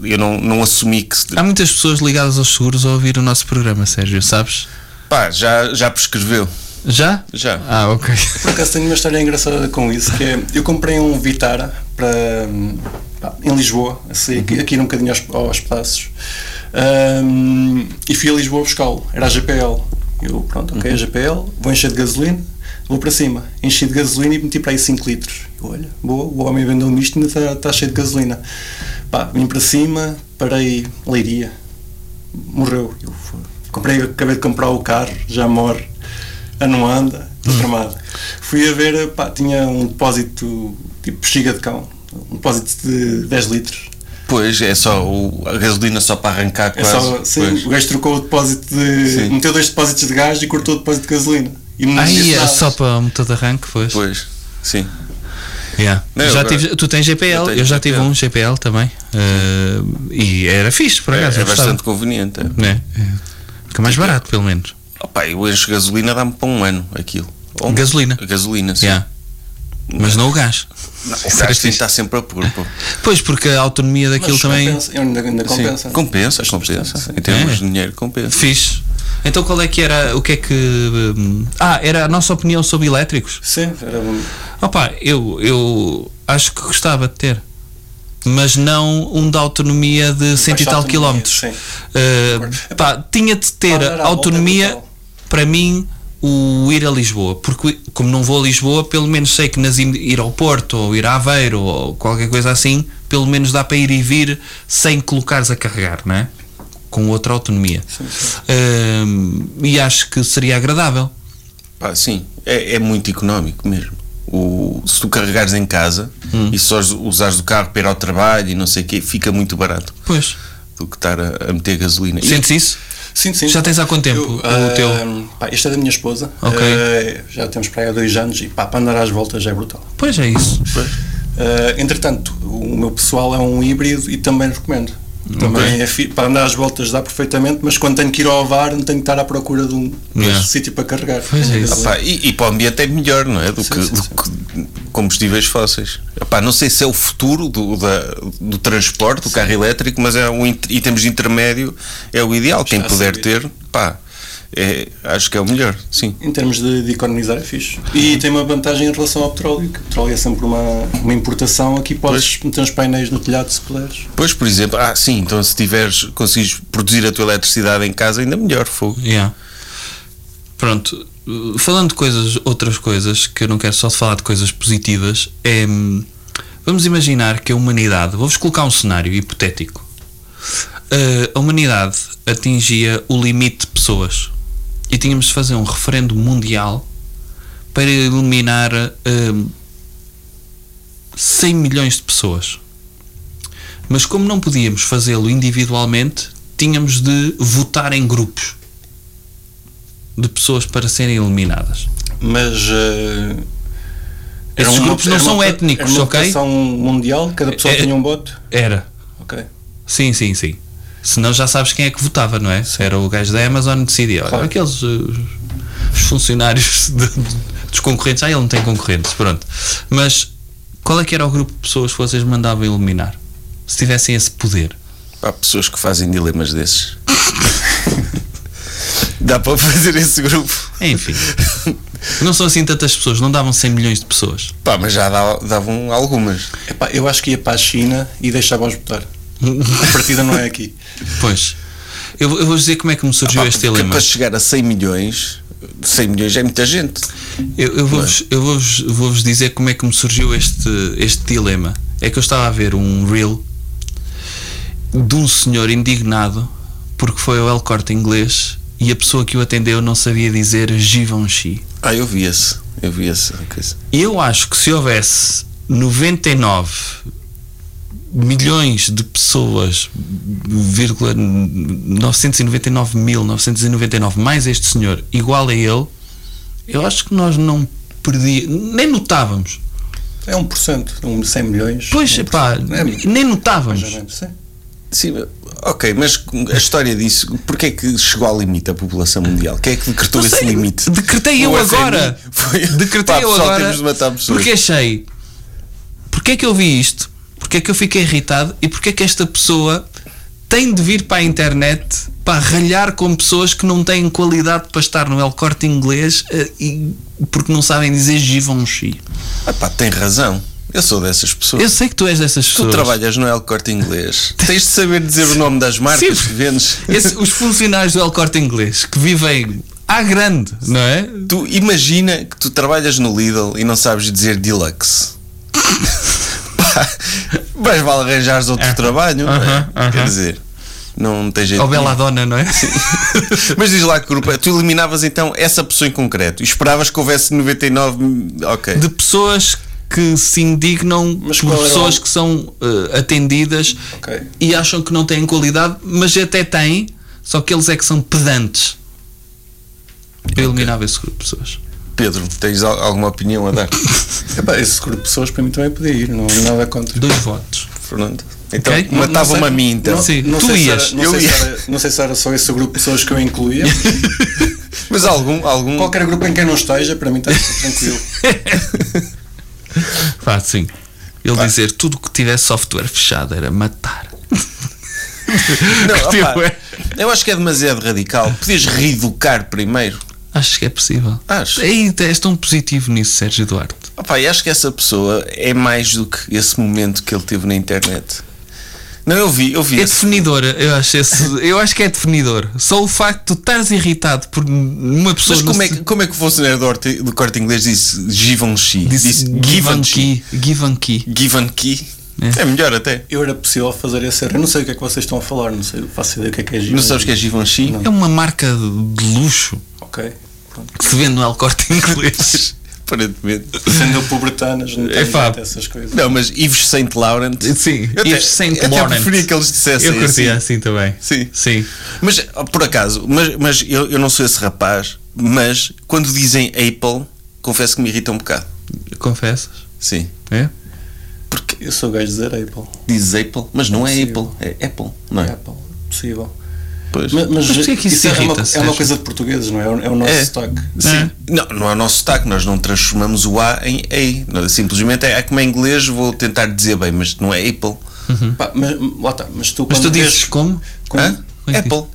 [SPEAKER 3] eu não, não assumi que. se-
[SPEAKER 2] Há muitas pessoas ligadas aos seguros a ouvir o nosso programa, Sérgio, sabes?
[SPEAKER 3] Pá, já, já prescreveu.
[SPEAKER 2] Já?
[SPEAKER 3] Já.
[SPEAKER 2] Ah, ok.
[SPEAKER 5] Por acaso tenho uma história engraçada com isso, que é, eu comprei um Vitara para, hum, pá, em Lisboa, assim, aqui, aqui um bocadinho aos, aos pedaços, hum, e fui a Lisboa buscá-lo, era a GPL. Eu, pronto, ok, a GPL, vou encher de gasolina, vou para cima, enchi de gasolina e meti para aí 5 litros. Eu, olha, boa, o homem vendeu-me isto e ainda está, está cheio de gasolina. Pá, vim para cima, parei Leiria, morreu. Eu fui- comprei, acabei de comprar o carro, já morre, já não anda,
[SPEAKER 2] Hum.
[SPEAKER 5] estou tramado. Fui a ver, pá, tinha um depósito tipo bexiga de cão, um depósito de 10 litros.
[SPEAKER 3] Pois, é só o, a gasolina só para arrancar
[SPEAKER 5] É
[SPEAKER 3] quase.
[SPEAKER 5] só, sim,
[SPEAKER 3] Pois.
[SPEAKER 5] o gajo trocou o depósito de.
[SPEAKER 3] Sim.
[SPEAKER 5] meteu dois depósitos de gás e cortou o depósito de gasolina. E não disse
[SPEAKER 2] Aí é
[SPEAKER 5] nada.
[SPEAKER 2] só para o motor de arranque, pois.
[SPEAKER 3] Pois, sim.
[SPEAKER 2] Yeah.
[SPEAKER 3] Não,
[SPEAKER 2] já
[SPEAKER 3] agora-
[SPEAKER 2] tive- tu tens GPL,
[SPEAKER 3] Eu
[SPEAKER 2] eu,
[SPEAKER 3] tenho
[SPEAKER 2] já tive
[SPEAKER 3] GPL.
[SPEAKER 2] um GPL também. eh, e era fixe, por
[SPEAKER 3] É,
[SPEAKER 2] acaso.
[SPEAKER 3] é
[SPEAKER 2] eu gostava.
[SPEAKER 3] bastante conveniente. é.
[SPEAKER 2] Né? Fica mais barato, pelo menos.
[SPEAKER 3] Opa, eu encho gasolina, dá-me para um ano aquilo. Ou um-
[SPEAKER 2] Gasolina.
[SPEAKER 3] Gasolina, sim.
[SPEAKER 2] Yeah. Mas não o gás.
[SPEAKER 3] Não,
[SPEAKER 2] Isso
[SPEAKER 3] o
[SPEAKER 2] era
[SPEAKER 3] gajo tem que
[SPEAKER 2] fixe.
[SPEAKER 3] estar sempre a pôr. pô.
[SPEAKER 2] Pois, porque a autonomia
[SPEAKER 5] Mas
[SPEAKER 2] daquilo também.
[SPEAKER 5] compensa, ainda, ainda
[SPEAKER 3] Sim.
[SPEAKER 5] compensa.
[SPEAKER 3] Compensa,
[SPEAKER 5] Mas
[SPEAKER 3] compensa.
[SPEAKER 5] bastante, sim.
[SPEAKER 3] Em termos
[SPEAKER 2] É.
[SPEAKER 3] de dinheiro, compensa.
[SPEAKER 2] Fixe. Então qual é que era. O que é que. hum, Ah, era a nossa opinião sobre elétricos.
[SPEAKER 5] Sim, era um- bom.
[SPEAKER 2] Opa, eu, eu acho que gostava de ter. Mas não um da autonomia de cento e tal
[SPEAKER 5] autonomia,
[SPEAKER 2] quilómetros.
[SPEAKER 5] sim.
[SPEAKER 2] Eh, pá, tinha de ter
[SPEAKER 5] Para dar a volta é
[SPEAKER 2] autonomia,
[SPEAKER 5] brutal.
[SPEAKER 2] para mim, o ir a Lisboa. Porque, como não vou a Lisboa, pelo menos sei que nas im- ir ao Porto ou ir a Aveiro ou qualquer coisa assim, pelo menos dá para ir e vir sem colocares a carregar, não é? Com outra autonomia. Eh, e acho que seria agradável.
[SPEAKER 3] Pá, sim, é, é muito económico mesmo. O, se tu carregares em casa
[SPEAKER 5] Hum.
[SPEAKER 3] e só us- usares o carro para ir ao trabalho e não sei o quê, fica muito barato
[SPEAKER 2] Pois.
[SPEAKER 3] do que estar a, a meter gasolina. E-
[SPEAKER 2] Sentes isso?
[SPEAKER 5] Sim, sim.
[SPEAKER 2] Já tens há quanto tempo o
[SPEAKER 5] ah,
[SPEAKER 2] teu?
[SPEAKER 5] Pá, este é da minha esposa.
[SPEAKER 2] Ok.
[SPEAKER 5] Ah, já temos para aí há dois anos e pá, para andar às voltas é brutal.
[SPEAKER 2] Pois é isso.
[SPEAKER 5] Ah, entretanto, o meu pessoal é um híbrido e também recomendo. Também é fi- para andar às voltas dá perfeitamente, mas quando tenho que ir ao VAR, não tenho que estar à procura de um de um
[SPEAKER 2] Yeah.
[SPEAKER 5] sítio para carregar.
[SPEAKER 2] Pois é isso.
[SPEAKER 5] Tenho que-
[SPEAKER 3] Pá, e, e para o ambiente é melhor, não é? Do,
[SPEAKER 5] Sim,
[SPEAKER 3] que,
[SPEAKER 5] sim,
[SPEAKER 3] do
[SPEAKER 5] sim.
[SPEAKER 3] que combustíveis fósseis. Epá, não sei se é o futuro do, da- do transporte, do carro elétrico, mas é um, inter- em termos de intermédio é o ideal. Quem
[SPEAKER 5] Está a
[SPEAKER 3] puder
[SPEAKER 5] subir.
[SPEAKER 3] ter, pá, é- acho que é o melhor, sim.
[SPEAKER 5] Em termos de, de economizar é fixe.
[SPEAKER 2] Uhum.
[SPEAKER 5] E tem uma vantagem em relação ao petróleo, que o petróleo é sempre uma, uma importação. Aqui podes meter uns painéis no telhado se puderes.
[SPEAKER 3] Pois, por exemplo, ah, sim, então se tiveres, consegues produzir a tua eletricidade em casa, ainda melhor, fogo.
[SPEAKER 2] Yeah. Pronto, uh, falando de coisas, outras coisas, que eu não quero só falar de coisas positivas, é. hum, Vamos imaginar que a humanidade. Vou-vos colocar um cenário hipotético. Uh, a humanidade atingia o limite de pessoas e tínhamos de fazer um referendo mundial para eliminar hum, 100 milhões de pessoas. Mas como não podíamos fazê-lo individualmente, tínhamos de votar em grupos de pessoas para serem eliminadas.
[SPEAKER 5] Mas. eh, era
[SPEAKER 2] Esses
[SPEAKER 5] uma-
[SPEAKER 2] grupos não
[SPEAKER 5] era
[SPEAKER 2] são
[SPEAKER 5] uma-
[SPEAKER 2] étnicos,
[SPEAKER 5] era uma
[SPEAKER 2] ok?
[SPEAKER 5] votação mundial, cada pessoa
[SPEAKER 2] É-
[SPEAKER 5] tinha um voto.
[SPEAKER 2] Era.
[SPEAKER 5] Ok.
[SPEAKER 2] Sim, sim, sim. Senão já sabes quem é que votava, não é? Era o gajo da Amazon que decidia. Olha,
[SPEAKER 5] Claro.
[SPEAKER 2] Aqueles uh, os funcionários de- dos concorrentes. Ah, ele não tem concorrentes, pronto. Mas qual é que era o grupo de pessoas que vocês mandavam eliminar? Se tivessem esse poder.
[SPEAKER 3] Há pessoas que fazem dilemas desses. Dá para fazer esse grupo.
[SPEAKER 2] Enfim. não são assim tantas pessoas, não davam 100 milhões de pessoas.
[SPEAKER 3] Pá, mas já dá- davam algumas.
[SPEAKER 5] Epá, eu acho que ia para a China e deixava-os votar. A partida não é aqui.
[SPEAKER 2] Pois. Eu, vou- eu vou dizer como é que me surgiu
[SPEAKER 3] Pá,
[SPEAKER 2] este
[SPEAKER 3] porque
[SPEAKER 2] dilema.
[SPEAKER 3] Para chegar a 100 milhões, 100 milhões é muita gente.
[SPEAKER 2] Eu, eu vou-vos eu vou-vos- vou-vos dizer como é que me surgiu este, este dilema. É que eu estava a ver um reel de um senhor indignado porque foi ao El Corte Inglês e a pessoa que o atendeu não sabia dizer Givenchy.
[SPEAKER 3] Ah, eu vi esse. Eu vi esse. coisa.
[SPEAKER 2] Eu acho que se houvesse 99 milhões de pessoas, vírgula 999.999 mais este senhor igual a ele, eu acho que nós não perdíamos, nem notávamos.
[SPEAKER 5] É 1%, um 100 milhões.
[SPEAKER 2] Pois,
[SPEAKER 5] 1%,
[SPEAKER 2] pá,
[SPEAKER 5] não é muito.
[SPEAKER 2] nem
[SPEAKER 5] Mais ou
[SPEAKER 2] notávamos.
[SPEAKER 5] menos, sim.
[SPEAKER 3] Sim, ok, mas a história disso, porque é que chegou ao limite a população mundial? Quem é que decretou
[SPEAKER 2] Não
[SPEAKER 3] esse
[SPEAKER 2] sei,
[SPEAKER 3] limite?
[SPEAKER 2] Decretei eu
[SPEAKER 3] O FMI
[SPEAKER 2] agora.
[SPEAKER 3] foi-
[SPEAKER 2] Decretei
[SPEAKER 3] Pá,
[SPEAKER 2] eu
[SPEAKER 3] pessoal,
[SPEAKER 2] agora.
[SPEAKER 3] temos de matar pessoas.
[SPEAKER 2] Porque achei. Porque é que eu vi isto? Porque é que eu fiquei irritado? E porque é que esta pessoa tem de vir para a internet pá, ralhar com pessoas que não têm qualidade para estar no El Corte Inglês eh, e porque não sabem dizer Givenchy.
[SPEAKER 3] Ah, pá, tem razão. Eu sou dessas pessoas.
[SPEAKER 2] Eu sei que tu és dessas
[SPEAKER 3] Tu
[SPEAKER 2] pessoas.
[SPEAKER 3] trabalhas no El Corte Inglês. Tens de saber dizer o nome das marcas
[SPEAKER 2] Sim.
[SPEAKER 3] que vendes.
[SPEAKER 2] Esse- os funcionários do El Corte Inglês que vivem à grande, não é?
[SPEAKER 3] Tu imagina que tu trabalhas no Lidl e não sabes dizer deluxe. Pá, mas vale arranjares outro trabalho. não é?
[SPEAKER 2] aham,
[SPEAKER 3] Quer
[SPEAKER 2] aham.
[SPEAKER 3] dizer, não tem jeito.
[SPEAKER 2] Ou Bela
[SPEAKER 3] nenhum.
[SPEAKER 2] Dona, não é?
[SPEAKER 3] Mas diz lá que grupo é. Tu eliminavas então essa pessoa em concreto e esperavas que houvesse 99. Ok.
[SPEAKER 2] De pessoas que se indignam
[SPEAKER 5] Mas
[SPEAKER 2] por
[SPEAKER 5] qual era
[SPEAKER 2] pessoas
[SPEAKER 5] o-
[SPEAKER 2] que são eh, atendidas
[SPEAKER 5] Ok.
[SPEAKER 2] e acham que não têm qualidade, mas até têm, só que eles é que são pedantes. Eu eliminava esse grupo de pessoas.
[SPEAKER 3] Pedro, tens al- alguma opinião a dar?
[SPEAKER 5] Epá, esse grupo de pessoas para mim também podia ir, não há nada contra.
[SPEAKER 2] Dois votos.
[SPEAKER 3] Fernando? Então,
[SPEAKER 2] Ok. Não- não
[SPEAKER 3] matava-me a mim então.
[SPEAKER 2] Sim, tu
[SPEAKER 5] sei se
[SPEAKER 2] ias.
[SPEAKER 5] era- não
[SPEAKER 3] Eu
[SPEAKER 5] sei se
[SPEAKER 3] ia.
[SPEAKER 5] era- não sei se era só esse o grupo de pessoas que eu incluía.
[SPEAKER 3] Mas algum, algum.
[SPEAKER 5] Qualquer grupo em quem não esteja, para mim está tudo tranquilo.
[SPEAKER 2] Pá, sim. Ele dizer tudo que tivesse software fechado era matar.
[SPEAKER 3] Não, opá,
[SPEAKER 2] teu é.
[SPEAKER 3] eu acho que é demasiado radical. Podias reeducar primeiro.
[SPEAKER 2] Acho que é possível.
[SPEAKER 3] Acho.
[SPEAKER 2] Aí és tão positivo nisso, Sérgio Duarte.
[SPEAKER 3] Opá, eu acho que essa pessoa é mais do que esse momento que ele teve na internet. Não, eu vi, eu vi.
[SPEAKER 2] É
[SPEAKER 3] esse-
[SPEAKER 2] definidor, eu acho, esse- eu acho que é definidor. Só o facto de tu estares irritado por uma pessoa.
[SPEAKER 3] Mas
[SPEAKER 2] no-
[SPEAKER 3] como é, que, como é que o funcionário do, orte- do corte inglês disse Givenchy?
[SPEAKER 2] Disse
[SPEAKER 3] Givenchy.
[SPEAKER 2] Givenchy. Givenchy.
[SPEAKER 3] Givenchy.
[SPEAKER 2] É.
[SPEAKER 3] É. melhor até.
[SPEAKER 5] Eu era possível fazer esse erro. Eu não sei o que é que vocês estão a falar, não sei, faço ideia o que é que é giro.
[SPEAKER 3] Não sabes o que é Givenchy?
[SPEAKER 5] Não.
[SPEAKER 2] É uma marca de luxo
[SPEAKER 5] Ok. pronto.
[SPEAKER 2] que se vende no El Corte Inglês.
[SPEAKER 3] Aparentemente.
[SPEAKER 5] Sendo pobretanas, não tenho
[SPEAKER 2] Epá.
[SPEAKER 5] muito essas coisas.
[SPEAKER 3] Não, mas Yves Saint Laurent.
[SPEAKER 2] Sim,
[SPEAKER 3] eu até-
[SPEAKER 2] Yves Saint
[SPEAKER 3] eu até
[SPEAKER 2] Laurent.
[SPEAKER 3] preferia que eles dissessem
[SPEAKER 2] Eu curtia
[SPEAKER 3] assim.
[SPEAKER 2] assim também.
[SPEAKER 3] Sim.
[SPEAKER 2] Sim.
[SPEAKER 3] Mas, por acaso, mas, mas eu, eu não sou esse rapaz, mas quando dizem Apple, confesso que me irrita um bocado.
[SPEAKER 2] Confessas?
[SPEAKER 3] Sim.
[SPEAKER 2] É?
[SPEAKER 5] Eu sou gajo de dizer Apple.
[SPEAKER 3] Dizes Apple, mas não é
[SPEAKER 5] Sim.
[SPEAKER 3] Apple, é Apple, não é?
[SPEAKER 5] Apple, possível.
[SPEAKER 3] Pois.
[SPEAKER 5] Mas, mas
[SPEAKER 2] porquê é que isso
[SPEAKER 5] é, uma,
[SPEAKER 2] irrita,
[SPEAKER 5] é uma
[SPEAKER 2] Sérgio?
[SPEAKER 5] coisa de portugueses, não é? É o- É o nosso
[SPEAKER 3] É.
[SPEAKER 5] sotaque.
[SPEAKER 3] Sim. Não, não é o nosso sotaque, nós não transformamos o A em A. Nós Simplesmente é, é como em inglês, vou tentar dizer bem, mas não é Apple.
[SPEAKER 5] Pá, mas, lá está. Mas tu,
[SPEAKER 2] Uhum. Mas
[SPEAKER 5] quando
[SPEAKER 2] tu dizes
[SPEAKER 5] vês-
[SPEAKER 2] como?
[SPEAKER 5] Como?
[SPEAKER 3] Hã?
[SPEAKER 2] Como é que
[SPEAKER 3] Apple.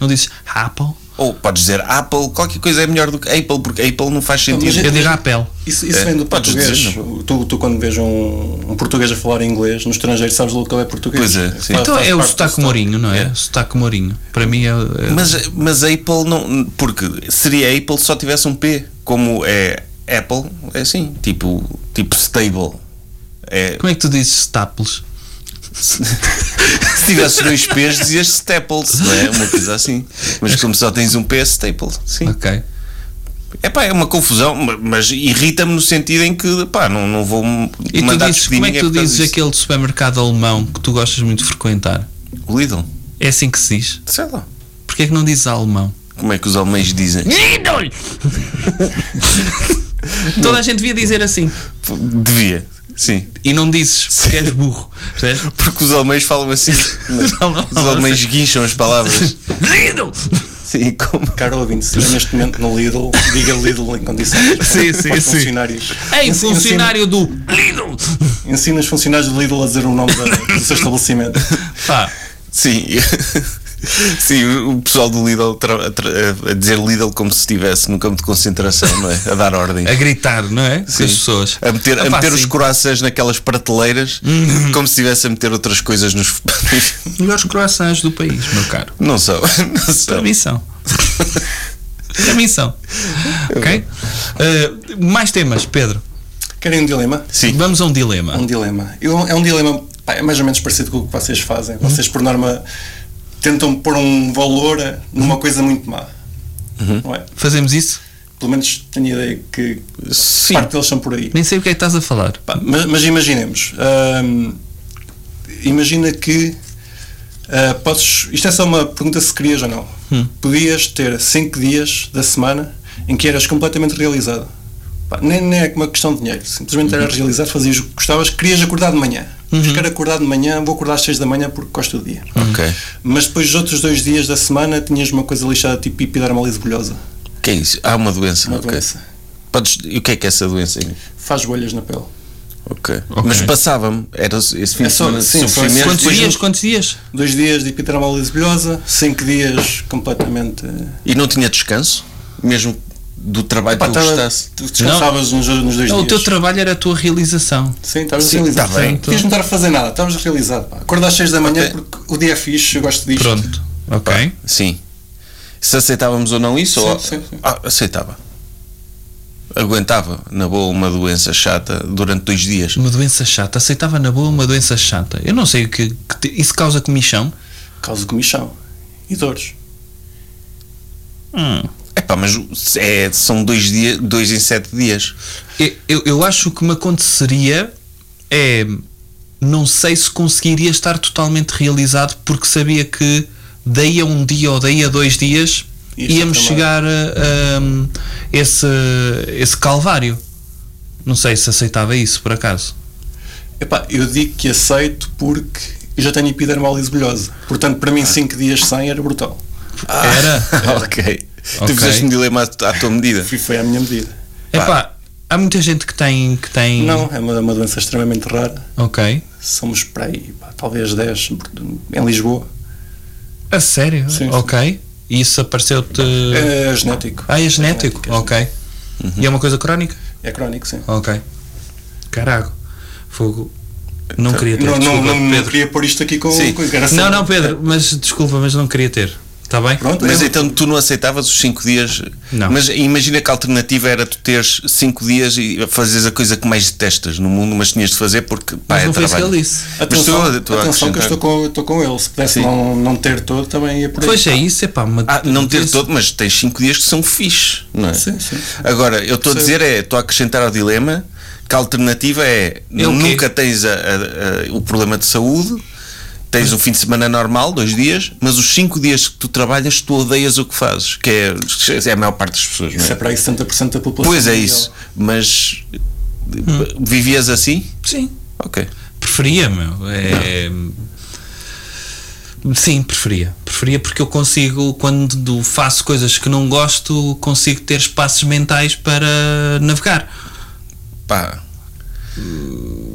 [SPEAKER 2] Não dizes Apple?
[SPEAKER 3] Ou podes dizer Apple, qualquer coisa é melhor do que Apple, porque Apple não faz
[SPEAKER 5] Não, mas
[SPEAKER 3] sentido.
[SPEAKER 2] Eu
[SPEAKER 5] é-
[SPEAKER 2] digo Apple.
[SPEAKER 5] Isso, isso
[SPEAKER 3] É,
[SPEAKER 5] vem do
[SPEAKER 3] podes
[SPEAKER 5] português.
[SPEAKER 3] dizer,
[SPEAKER 5] tu, tu, quando vejo um, um português a falar inglês, no estrangeiro, sabes logo que ele é português.
[SPEAKER 3] Pois é, sim.
[SPEAKER 5] Faz-
[SPEAKER 2] Então
[SPEAKER 5] faz
[SPEAKER 2] é o
[SPEAKER 5] parte do
[SPEAKER 2] sotaque Mourinho, não é?
[SPEAKER 3] É.
[SPEAKER 2] Sotaque Mourinho. Para mim é. é-
[SPEAKER 3] Mas, mas a Apple não. Porque seria Apple se só tivesse um P. Como é Apple, é assim. Tipo, tipo stable. É,
[SPEAKER 2] Como é que tu dizes staples?
[SPEAKER 3] se tivesse dois P's, dizias staples, não é? Uma coisa assim. Mas como só tens um P, é staple. Sim.
[SPEAKER 2] Ok.
[SPEAKER 3] É pá, é uma confusão, ma- mas irrita-me no sentido em que, pá, não, não vou m-
[SPEAKER 2] E tu
[SPEAKER 3] mandar
[SPEAKER 2] dizes,
[SPEAKER 3] despedir
[SPEAKER 2] como é que
[SPEAKER 3] ninguém
[SPEAKER 2] tu
[SPEAKER 3] por causa
[SPEAKER 2] dizes
[SPEAKER 3] disso.
[SPEAKER 2] aquele supermercado alemão que tu gostas muito de frequentar?
[SPEAKER 3] O Lidl,
[SPEAKER 2] É assim que se diz?
[SPEAKER 3] sei lá.
[SPEAKER 2] Porquê é que não dizes alemão?
[SPEAKER 3] Como é que os alemães dizem?
[SPEAKER 2] Toda a gente devia dizer assim.
[SPEAKER 3] Devia, sim.
[SPEAKER 2] E não dizes porque és burro. Percebes?
[SPEAKER 3] Porque os alemães falam assim.
[SPEAKER 2] Não, não,
[SPEAKER 3] Os
[SPEAKER 2] não,
[SPEAKER 3] alemães guincham as palavras.
[SPEAKER 2] Lidl!
[SPEAKER 3] Sim, como.
[SPEAKER 5] Caro ouvinte, se estiver neste momento no Lidl, diga Lidl em condições.
[SPEAKER 2] Sim, sim,
[SPEAKER 5] Aos
[SPEAKER 2] sim.
[SPEAKER 5] funcionários.
[SPEAKER 2] Ei,
[SPEAKER 5] Ensina-
[SPEAKER 2] É funcionário do.
[SPEAKER 5] Ensina, ensina os funcionários do Lidl a dizer o nome da- do seu estabelecimento.
[SPEAKER 2] Pá,
[SPEAKER 3] Sim. Sim, o pessoal do Lidl tra- tra- a dizer Lidl como se estivesse num campo de concentração, não é? A dar ordem.
[SPEAKER 2] a gritar, não é? Com as
[SPEAKER 3] Sim.
[SPEAKER 2] pessoas.
[SPEAKER 3] A meter, a
[SPEAKER 2] Ah, pá,
[SPEAKER 3] meter os
[SPEAKER 2] sim. Uhum.
[SPEAKER 3] corações naquelas prateleiras como se estivesse a meter outras coisas nos.
[SPEAKER 2] Melhores croissants do país, meu caro.
[SPEAKER 3] não são. Não
[SPEAKER 2] Para
[SPEAKER 3] são.
[SPEAKER 2] mim são. Para mim são. Ok? Eh, mais temas, Pedro.
[SPEAKER 5] Querem um dilema?
[SPEAKER 3] Sim.
[SPEAKER 2] Vamos a um dilema.
[SPEAKER 5] Um dilema. Eu- é um dilema, pá, é mais ou menos parecido com o que vocês fazem. Vocês, por norma, tentam pôr um valor a- numa coisa muito má. Não é?
[SPEAKER 2] Fazemos isso?
[SPEAKER 5] Pelo menos tenho a ideia que
[SPEAKER 3] Sim.
[SPEAKER 5] parte deles são por aí.
[SPEAKER 2] Nem sei o que é que estás a falar.
[SPEAKER 5] Pá, mas, mas imaginemos. hum, imagina que ah, podes. Isto é só uma pergunta se querias ou não.
[SPEAKER 3] Hum.
[SPEAKER 5] Podias ter 5 dias da semana em que eras completamente realizado. Pá, nem, nem é uma questão de dinheiro. Simplesmente
[SPEAKER 3] Uhum.
[SPEAKER 5] era realizado, fazias o que gostavas, querias acordar de manhã. Uhum. Mas quero acordar de manhã, vou acordar às 6 da manhã porque gosto do dia.
[SPEAKER 3] Ok.
[SPEAKER 5] Mas depois os outros dois dias da semana tinhas uma coisa lixada tipo epidermalise bolhosa.
[SPEAKER 3] O que é isso? Há uma doença.
[SPEAKER 5] Uma
[SPEAKER 3] ok.
[SPEAKER 5] doença.
[SPEAKER 3] Podes- E o que é que é essa doença?
[SPEAKER 5] Faz bolhas na pele.
[SPEAKER 3] Ok. Mas passava-me. Era esse fim
[SPEAKER 5] É
[SPEAKER 3] de
[SPEAKER 5] só-
[SPEAKER 3] semana de
[SPEAKER 5] sim, só-
[SPEAKER 3] sofrimento.
[SPEAKER 2] Quantos
[SPEAKER 3] Depois-
[SPEAKER 2] dias? Quantos dias?
[SPEAKER 5] Dois dias de hipoteramal exibilhosa, cinco dias completamente.
[SPEAKER 3] E não tinha descanso? Mesmo do trabalho
[SPEAKER 5] Pá,
[SPEAKER 3] que eu
[SPEAKER 5] tava-
[SPEAKER 3] gostasse?
[SPEAKER 5] tu descansavas nos, nos dois
[SPEAKER 2] Não, o
[SPEAKER 5] dias.
[SPEAKER 2] teu trabalho era a tua realização.
[SPEAKER 5] Sim, estavas
[SPEAKER 3] Sim,
[SPEAKER 5] realizado.
[SPEAKER 3] tá bem.
[SPEAKER 2] então.
[SPEAKER 5] Sim, Quis não estar a fazer nada, estavas realizado. Pá. Acordo às 6 da manhã
[SPEAKER 3] Ok.
[SPEAKER 5] porque o dia é fixe, eu gosto disto.
[SPEAKER 2] Pronto. Ok.
[SPEAKER 3] Sim. Se aceitávamos ou não isso?
[SPEAKER 5] Sim,
[SPEAKER 3] ou-
[SPEAKER 5] sim, sim.
[SPEAKER 3] Ah, aceitava. Aguentava, na boa, uma doença chata durante dois dias.
[SPEAKER 2] Uma doença chata. Aceitava na boa uma doença chata. Eu não sei o que. que te- isso causa comichão?
[SPEAKER 5] Causa comichão e dores.
[SPEAKER 3] Epá, mas o- é, são dois, dias, dois em sete dias.
[SPEAKER 2] Eu, eu, eu acho que me aconteceria é. Não sei se conseguiria estar totalmente realizado porque sabia que daí a um dia ou daí a dois dias
[SPEAKER 5] Isto
[SPEAKER 2] íamos
[SPEAKER 5] é também.
[SPEAKER 2] chegar a, a esse, esse calvário. Não sei se aceitava isso por acaso.
[SPEAKER 5] Epá, eu digo que aceito porque eu já tenho epidermal exibilhosa. Portanto, para mim, 5 dias sem era brutal.
[SPEAKER 2] Ah. Era?
[SPEAKER 3] ok. Tu
[SPEAKER 2] Ok.
[SPEAKER 3] fizeste um dilema à, à tua medida.
[SPEAKER 5] Fui- Foi à minha medida.
[SPEAKER 2] Epá, há muita gente que tem. Que tem...
[SPEAKER 5] Não, é uma, uma doença extremamente rara.
[SPEAKER 2] Ok.
[SPEAKER 5] Somos para aí, pá, talvez 10 em Portu- em Lisboa.
[SPEAKER 2] A sério?
[SPEAKER 5] Sim, sim.
[SPEAKER 2] Ok. E isso apareceu-te.
[SPEAKER 5] É genético. Uhum.
[SPEAKER 2] Ah, é genético. ok. E é uma coisa crónica?
[SPEAKER 5] É crónico, sim.
[SPEAKER 2] Ok. Caraca. Fogo. Não queria ter.
[SPEAKER 5] Não, não,
[SPEAKER 2] desculpa,
[SPEAKER 5] não, não
[SPEAKER 2] Pedro.
[SPEAKER 5] queria pôr isto aqui com
[SPEAKER 3] Sim.
[SPEAKER 5] com- era só-
[SPEAKER 2] Não, não, Pedro, mas desculpa, mas não queria ter. Está bem?
[SPEAKER 5] Pronto,
[SPEAKER 3] Mas
[SPEAKER 5] é-
[SPEAKER 3] então tu não aceitavas os cinco dias?
[SPEAKER 2] Não.
[SPEAKER 3] Mas imagina que a alternativa era tu teres cinco dias e fazeres a coisa que mais detestas no mundo, mas tinhas de fazer porque pá,
[SPEAKER 2] Mas
[SPEAKER 3] é
[SPEAKER 2] não foi isso que
[SPEAKER 3] trabalho.
[SPEAKER 2] ele disse.
[SPEAKER 3] Mas
[SPEAKER 5] Atenção,
[SPEAKER 3] tu- tu a
[SPEAKER 5] atenção que eu
[SPEAKER 3] acrescentar-
[SPEAKER 5] estou com, eu estou com ele. Se pudesse
[SPEAKER 3] Sim.
[SPEAKER 5] não, não ter todo, também ia por aí.
[SPEAKER 2] Pois é isso, é pá. uma-
[SPEAKER 3] Ah, não ter
[SPEAKER 2] isso-
[SPEAKER 3] todo, mas tens 5 dias que são fixe, não é?
[SPEAKER 5] Sim, sim.
[SPEAKER 3] Agora, eu estou a dizer, é, estou a acrescentar ao dilema que a alternativa é
[SPEAKER 2] É o quê?
[SPEAKER 3] nunca tens a- a- a- o problema de saúde, tens um fim de semana normal, dois dias, mas os 5 dias que tu trabalhas, tu odeias o que fazes, que é, é a maior parte das pessoas,
[SPEAKER 5] Isso
[SPEAKER 3] não
[SPEAKER 5] é
[SPEAKER 3] é?
[SPEAKER 5] para aí 70% da população.
[SPEAKER 3] Pois é
[SPEAKER 5] mundial.
[SPEAKER 3] isso, mas b-
[SPEAKER 2] Hum.
[SPEAKER 3] vivias assim?
[SPEAKER 2] Sim.
[SPEAKER 3] Ok.
[SPEAKER 2] Preferia, meu. É... Sim, preferia. Preferia porque eu consigo, quando do- faço coisas que não gosto, consigo ter espaços mentais para navegar.
[SPEAKER 3] Pá.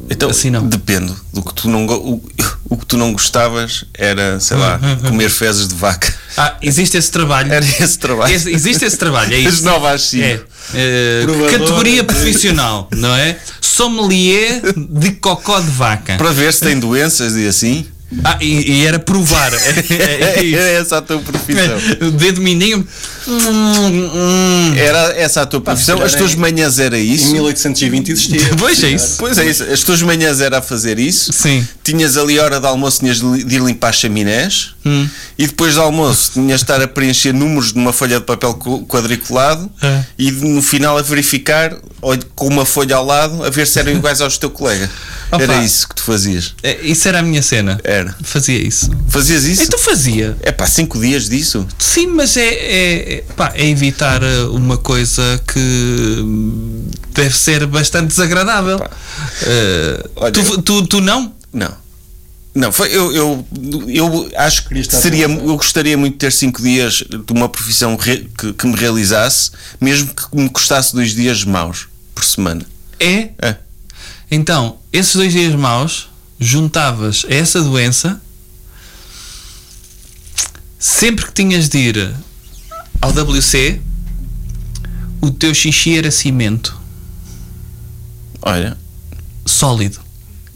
[SPEAKER 3] Então,
[SPEAKER 2] Assim não.
[SPEAKER 3] depende do que tu não go- o, o que tu não gostavas era, sei
[SPEAKER 2] Hum,
[SPEAKER 3] lá, comer fezes de vaca.
[SPEAKER 2] Ah, existe esse trabalho.
[SPEAKER 3] Era esse trabalho.
[SPEAKER 2] Esse- existe esse trabalho, é
[SPEAKER 3] Das
[SPEAKER 2] isso.
[SPEAKER 3] 9 às 5.
[SPEAKER 2] É. Eh,
[SPEAKER 5] Provador.
[SPEAKER 2] categoria profissional, não é? Sommelier de cocó de vaca.
[SPEAKER 3] Para ver se tem doenças e assim.
[SPEAKER 2] Ah, e, e era provar. É
[SPEAKER 3] Era
[SPEAKER 2] isso.
[SPEAKER 3] essa a tua profissão.
[SPEAKER 2] O dedo mindinho. Hum, hum.
[SPEAKER 3] Era essa a tua profissão.
[SPEAKER 5] calhar
[SPEAKER 3] As tuas
[SPEAKER 5] é-
[SPEAKER 3] manhãs era
[SPEAKER 5] Em
[SPEAKER 3] isso.
[SPEAKER 5] 1820 existia.
[SPEAKER 2] Pois é isso.
[SPEAKER 3] Pois é isso. As tuas manhãs era a fazer isso.
[SPEAKER 2] Sim.
[SPEAKER 3] Tinhas ali a hora de almoço, tinhas de li- de ir limpar chaminés.
[SPEAKER 2] Hum.
[SPEAKER 3] E depois de almoço, tinhas de estar a preencher números numa folha de papel co- quadriculado.
[SPEAKER 2] É.
[SPEAKER 3] E de- no final a verificar, ou com uma folha ao lado, a ver se eram iguais aos teu colega.
[SPEAKER 2] Opa.
[SPEAKER 3] Era isso que tu fazias.
[SPEAKER 2] É, Isso era a minha cena.
[SPEAKER 3] Era.
[SPEAKER 2] Fazia isso.
[SPEAKER 3] Fazias isso?
[SPEAKER 2] Então fazia.
[SPEAKER 3] É pá, 5 dias disso?
[SPEAKER 2] Sim, mas é, é, é- pá, é evitar eh, uma coisa que hum, deve ser bastante desagradável. Eh,
[SPEAKER 3] Olha,
[SPEAKER 2] tu, tu, tu não?
[SPEAKER 3] Não. Não, foi, eu, eu, eu acho
[SPEAKER 5] Queria
[SPEAKER 3] que
[SPEAKER 5] estar é?
[SPEAKER 3] seria,
[SPEAKER 5] a pensar.
[SPEAKER 3] eu gostaria muito de ter cinco dias de uma profissão re- que, que me realizasse, mesmo que me custasse dois dias maus por semana.
[SPEAKER 2] É?
[SPEAKER 3] É.
[SPEAKER 2] Então, esses dois dias maus juntavas a essa doença sempre que tinhas de ir ao WC, o teu xixi era cimento
[SPEAKER 3] Olha,
[SPEAKER 2] sólido.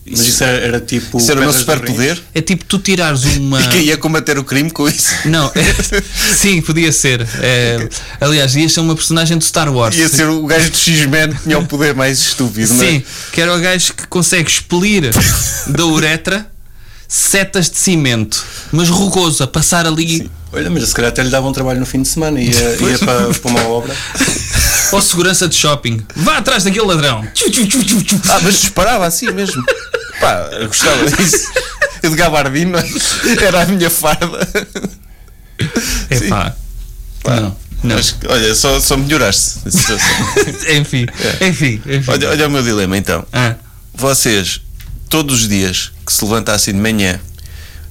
[SPEAKER 5] Mas isso era, era tipo.
[SPEAKER 3] isso era o meu
[SPEAKER 5] pedras de
[SPEAKER 3] superpoder
[SPEAKER 2] É tipo tu tirares uma.
[SPEAKER 3] e quem ia combater o crime com isso
[SPEAKER 2] Não, é- sim, podia ser. É, aliás, ias ser uma personagem do Star Wars.
[SPEAKER 3] ia ser o gajo do X-Men que tinha o poder mais estúpido, não é?
[SPEAKER 2] Sim, que era o gajo que consegue expelir da uretra setas de cimento, mas rugoso, a passar ali
[SPEAKER 5] rins. Olha, mas se calhar até lhe dava um trabalho no fim de semana e ia, ia para, para uma obra.
[SPEAKER 2] ou segurança de shopping. Vá atrás daquele ladrão. Tchu, tchu, tchu, tchu, tchu.
[SPEAKER 3] Ah, mas disparava assim mesmo. Pá, eu gostava disso. Eu de gabardina era a minha farda.
[SPEAKER 2] É pá. Não, não.
[SPEAKER 3] Mas, olha, só, só melhoraste a situação.
[SPEAKER 2] Enfim, enfim, enfim.
[SPEAKER 3] É. Olha, olha o meu dilema então.
[SPEAKER 2] Ah,
[SPEAKER 3] Vocês, todos os dias que se levantassem de manhã,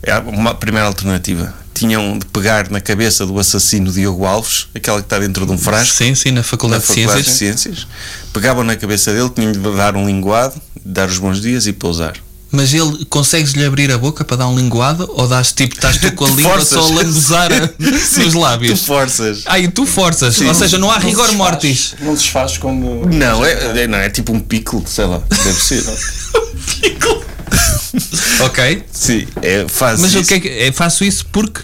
[SPEAKER 3] é uma primeira alternativa. tinham de pegar na cabeça do assassino Diogo Alves, aquela que está dentro de um frasco,
[SPEAKER 2] Sim, sim, na
[SPEAKER 3] na
[SPEAKER 2] Faculdade,
[SPEAKER 3] Faculdade
[SPEAKER 2] de
[SPEAKER 3] de
[SPEAKER 2] Ciências.
[SPEAKER 3] Ciências, pegavam na cabeça dele, tinham de dar um linguado, dar os bons dias e pousar.
[SPEAKER 2] Mas ele consegues-lhe abrir a boca para dar um linguado ou dás tipo, estás tu com a
[SPEAKER 3] Tu
[SPEAKER 2] língua só a
[SPEAKER 3] forças.
[SPEAKER 2] lambuzar
[SPEAKER 3] Sim,
[SPEAKER 2] nos lábios?
[SPEAKER 3] Tu forças.
[SPEAKER 2] Ah, e tu forças, ou seja, não há
[SPEAKER 5] se
[SPEAKER 2] rigor
[SPEAKER 5] desfaz-
[SPEAKER 2] mortis.
[SPEAKER 5] Não se desfaz quando.
[SPEAKER 3] Não, é, é- não, é tipo um pico, sei lá, deve ser.
[SPEAKER 2] Ok?
[SPEAKER 3] Sim, é, faz
[SPEAKER 2] Mas
[SPEAKER 3] isso.
[SPEAKER 2] o que é que é, faço isso porque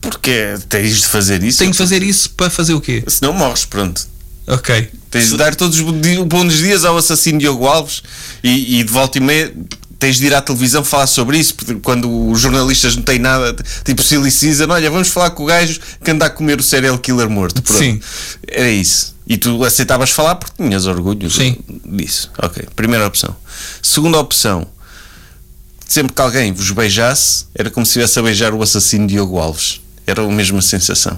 [SPEAKER 3] Porque tens de fazer isso.
[SPEAKER 2] tenho que fazer isso para fazer o quê?
[SPEAKER 3] Senão morres, pronto.
[SPEAKER 2] Ok.
[SPEAKER 3] Tens de dar todos os bo- di- bons dias ao assassino Diogo Alves e, e de volta e meia tens de ir à televisão falar sobre isso, porque quando os jornalistas não têm nada, t- tipo Silly Season, olha, vamos falar com o gajo que anda a comer o serial killer morto. Pronto.
[SPEAKER 2] Sim.
[SPEAKER 3] Era isso. E tu aceitavas falar porque tinhas orgulho
[SPEAKER 2] Sim.
[SPEAKER 3] disso. Ok, primeira opção. Segunda opção, sempre que alguém vos beijasse, era como se estivesse a beijar o assassino Diogo Alves. Era a mesma sensação.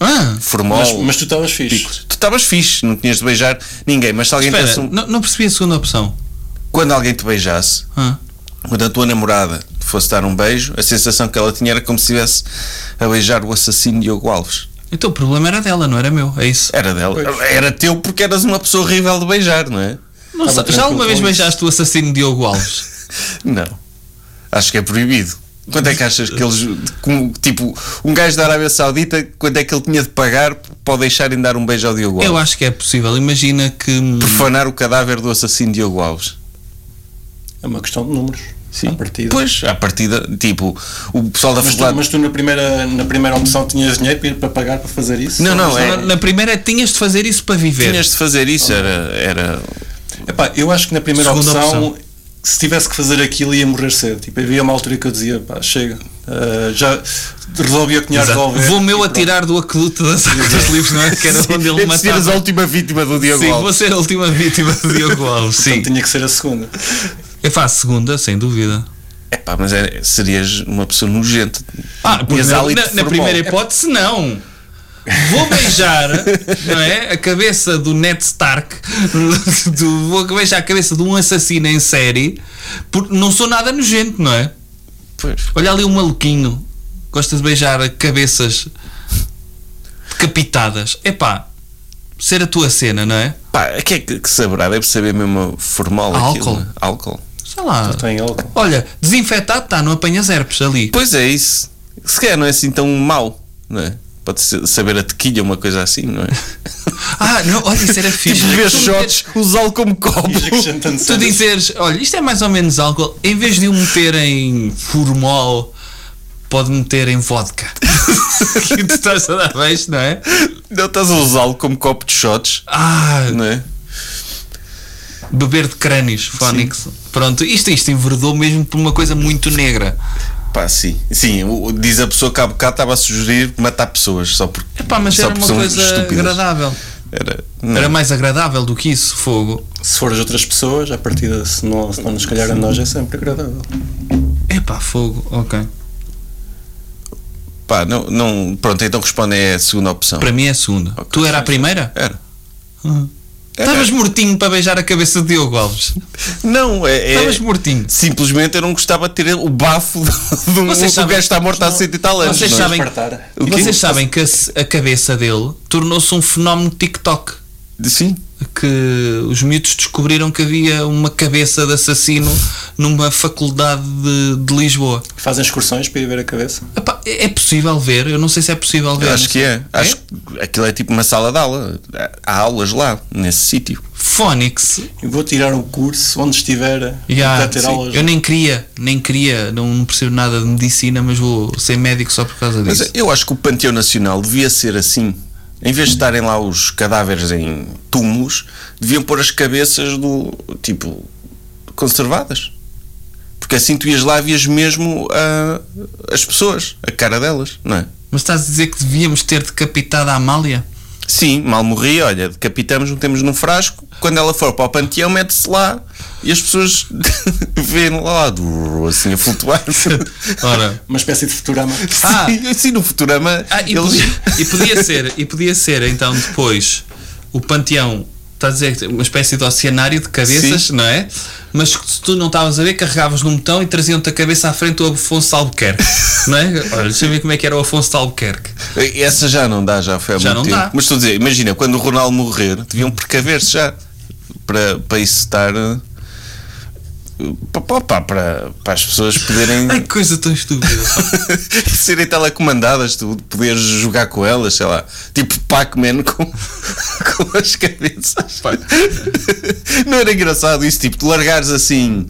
[SPEAKER 2] Ah,
[SPEAKER 3] Formal.
[SPEAKER 5] Mas, mas tu estavas fixe.
[SPEAKER 3] Oh. Picos. Tu estavas fixe, não tinhas de beijar ninguém, mas se alguém
[SPEAKER 2] espera,
[SPEAKER 3] tivesse um-
[SPEAKER 2] não, não percebi a segunda opção.
[SPEAKER 3] quando alguém te beijasse,
[SPEAKER 2] Ah,
[SPEAKER 3] quando a tua namorada te fosse dar um beijo, a sensação que ela tinha era como se estivesse a beijar o assassino Diogo Alves.
[SPEAKER 2] Então o problema era dela, não era meu, é isso.
[SPEAKER 3] Era dela. Era teu porque eras uma pessoa horrível de beijar, não é?
[SPEAKER 2] Não
[SPEAKER 5] Estava
[SPEAKER 2] sei, já alguma
[SPEAKER 5] tranquilo
[SPEAKER 2] vez
[SPEAKER 5] com isso.
[SPEAKER 2] beijaste o assassino Diogo Alves?
[SPEAKER 3] Não. Acho que é proibido. Quanto é que achas que eles. como, tipo, um gajo da Arábia Saudita, quanto é que ele tinha de pagar para o deixarem dar um beijo ao Diogo Alves?
[SPEAKER 2] Eu acho que é possível. Imagina que.
[SPEAKER 3] Profanar o cadáver do assassino Diogo Alves.
[SPEAKER 5] É uma questão de números. Sim. À partida.
[SPEAKER 3] Pois, à partida, tipo, o pessoal da
[SPEAKER 5] Mas tu,
[SPEAKER 3] faculdade.
[SPEAKER 5] mas tu na, primeira, na primeira opção tinhas dinheiro para, para pagar para fazer isso?
[SPEAKER 3] Não, não,
[SPEAKER 2] Na-
[SPEAKER 3] é-
[SPEAKER 2] Na primeira tinhas de fazer isso para viver.
[SPEAKER 3] Tinhas de fazer isso, era. era
[SPEAKER 5] Epá, eu acho que na primeira
[SPEAKER 2] Segunda
[SPEAKER 5] opção,
[SPEAKER 2] opção.
[SPEAKER 5] se tivesse que fazer aquilo, ia morrer cedo. Tipo, havia uma altura que eu dizia, pá, chega, ah, já resolvi o que tinha a
[SPEAKER 2] Exato.
[SPEAKER 5] resolver.
[SPEAKER 2] Vou meu
[SPEAKER 5] E
[SPEAKER 2] atirar do aqueduto das águas dos livros, não é? Que era onde ele matava.
[SPEAKER 3] a última vítima do Diogo Então
[SPEAKER 2] Sim, vou ser a última vítima do Diogo Alves.
[SPEAKER 5] pronto.
[SPEAKER 2] Sim.
[SPEAKER 5] Portanto, Então tinha que ser a segunda.
[SPEAKER 2] Eu faço segunda, sem dúvida.
[SPEAKER 3] Epá, mas era, serias uma pessoa nojenta.
[SPEAKER 2] Ah, por
[SPEAKER 3] Tinhas
[SPEAKER 2] exemplo,
[SPEAKER 3] hálito
[SPEAKER 2] na, na
[SPEAKER 3] formal.
[SPEAKER 2] primeira hipótese, não. Vou beijar não é, a cabeça do Ned Stark, do- vou beijar a cabeça de um assassino em série, porque não sou nada nojento, não é?
[SPEAKER 3] Pois.
[SPEAKER 2] Olha ali um maluquinho, gosta de beijar cabeças decapitadas. Epá, ser a tua cena, não é?
[SPEAKER 3] Pá, o que é que, que saberá? Deve saber mesmo a formal
[SPEAKER 2] Álcool.
[SPEAKER 3] aquilo. né? Álcool.
[SPEAKER 2] Sei lá.
[SPEAKER 5] Tem álcool.
[SPEAKER 2] Olha, desinfetado está, não apanhas herpes ali.
[SPEAKER 3] Pois é isso. Se calhar não é assim tão mau, não é? Pode ser- saber a tequilha, uma coisa assim, não é?
[SPEAKER 2] Ah, não, olha, isso era fixe.
[SPEAKER 3] Beber
[SPEAKER 2] Tu meteres-
[SPEAKER 3] Tipo, shots, usá-lo como copo.
[SPEAKER 5] E acrescentando
[SPEAKER 2] Tu
[SPEAKER 5] cenas.
[SPEAKER 2] dizeres, olha, isto é mais ou menos álcool, em vez de o meter em formol, pode meter em vodka. que tu estás a dar beijo, não é?
[SPEAKER 3] Não estás a usá-lo como copo de shots,
[SPEAKER 2] Ah,
[SPEAKER 3] não é?
[SPEAKER 2] beber de crânios, fónix. Pronto, isto, isto enverdou mesmo por uma coisa muito negra.
[SPEAKER 3] Pá, sim. Sim, o- o- diz a pessoa que há bocado estava a sugerir matar pessoas só porque.
[SPEAKER 2] Epá, mas
[SPEAKER 3] só
[SPEAKER 2] era
[SPEAKER 3] porque
[SPEAKER 2] uma
[SPEAKER 3] são
[SPEAKER 2] coisa
[SPEAKER 3] estúpidas.
[SPEAKER 2] agradável.
[SPEAKER 3] Era, não.
[SPEAKER 2] Era mais agradável do que isso, fogo.
[SPEAKER 5] Se fores outras pessoas, a partida, se não, se não nos calhar a nós, é sempre agradável.
[SPEAKER 2] Epá, fogo, ok.
[SPEAKER 3] Pá, não, não. Pronto, então responde é a segunda opção.
[SPEAKER 2] Para mim é a segunda. Tu era a primeira?
[SPEAKER 3] Era. É.
[SPEAKER 2] Estavas mortinho para beijar a cabeça de Diogo Alves.
[SPEAKER 3] Não, é. é-
[SPEAKER 2] Estavas mortinho.
[SPEAKER 3] Simplesmente eu não gostava de ter o bafo de de um
[SPEAKER 2] Vocês
[SPEAKER 3] que o
[SPEAKER 2] sabem-
[SPEAKER 3] gajo está morto há cento e tal anos.
[SPEAKER 2] Vocês
[SPEAKER 3] não é?
[SPEAKER 2] sabem,
[SPEAKER 5] espartar.
[SPEAKER 3] O quê?
[SPEAKER 2] vocês sabem que a, se- a cabeça dele tornou-se um fenómeno TikTok.
[SPEAKER 3] Sim.
[SPEAKER 2] Que os miúdos descobriram que havia uma cabeça de assassino numa faculdade de, de Lisboa.
[SPEAKER 5] Fazem excursões para ir ver a cabeça.
[SPEAKER 2] Epá, é é possível ver? Eu não sei se é possível ver.
[SPEAKER 3] Eu acho que é. Acho que aquilo é tipo uma sala de aula. Há aulas lá, nesse sítio.
[SPEAKER 2] Fónix.
[SPEAKER 5] Eu vou tirar um curso onde estiver
[SPEAKER 2] já,
[SPEAKER 5] para ter
[SPEAKER 2] sim.
[SPEAKER 5] aulas.
[SPEAKER 3] né?
[SPEAKER 2] Eu nem queria, nem queria, não, não percebo nada de medicina, mas vou ser médico só por causa disso.
[SPEAKER 3] Mas é- eu acho que o Panteão Nacional devia ser assim. Em vez de estarem lá os cadáveres em túmulos, deviam pôr as cabeças do tipo conservadas. Porque assim tu ias lá e vias mesmo ah, as pessoas, a cara delas, não é?
[SPEAKER 2] Mas estás a dizer que devíamos ter decapitado a Amália?
[SPEAKER 3] Sim, mal morri, olha, decapitamos, metemos num frasco, quando ela for para o panteão, mete-se lá e as pessoas vêem lá do- assim a flutuar.
[SPEAKER 2] Ora.
[SPEAKER 5] Uma espécie de futurama.
[SPEAKER 2] Ah.
[SPEAKER 3] Sim, assim no Futurama
[SPEAKER 2] Ah, e,
[SPEAKER 3] eles-
[SPEAKER 2] podia, e podia ser, e podia ser então depois o panteão estás a dizer, que tem uma espécie de oceanário de cabeças, não é? Mas que se tu não estavas a ver, carregavas num botão e traziam-te a cabeça à frente do Afonso de Albuquerque, não é? Olha, deixa eu ver como é que era o Afonso de Albuquerque.
[SPEAKER 3] Essa já não dá, já foi há
[SPEAKER 2] Já
[SPEAKER 3] muito
[SPEAKER 2] não
[SPEAKER 3] tempo.
[SPEAKER 2] dá.
[SPEAKER 3] Mas estou a dizer, imagina, quando o Ronaldo morrer, deviam precaver-se já para, para isso estar. eh, pa- pa- pa- Para, para as pessoas poderem
[SPEAKER 2] Ai, que coisa tão estúpida.
[SPEAKER 3] serem telecomandadas, tu poderes jogar com elas, sei lá, tipo Pac-Man com, com as cabeças. Não era engraçado isso, tipo, tu largares assim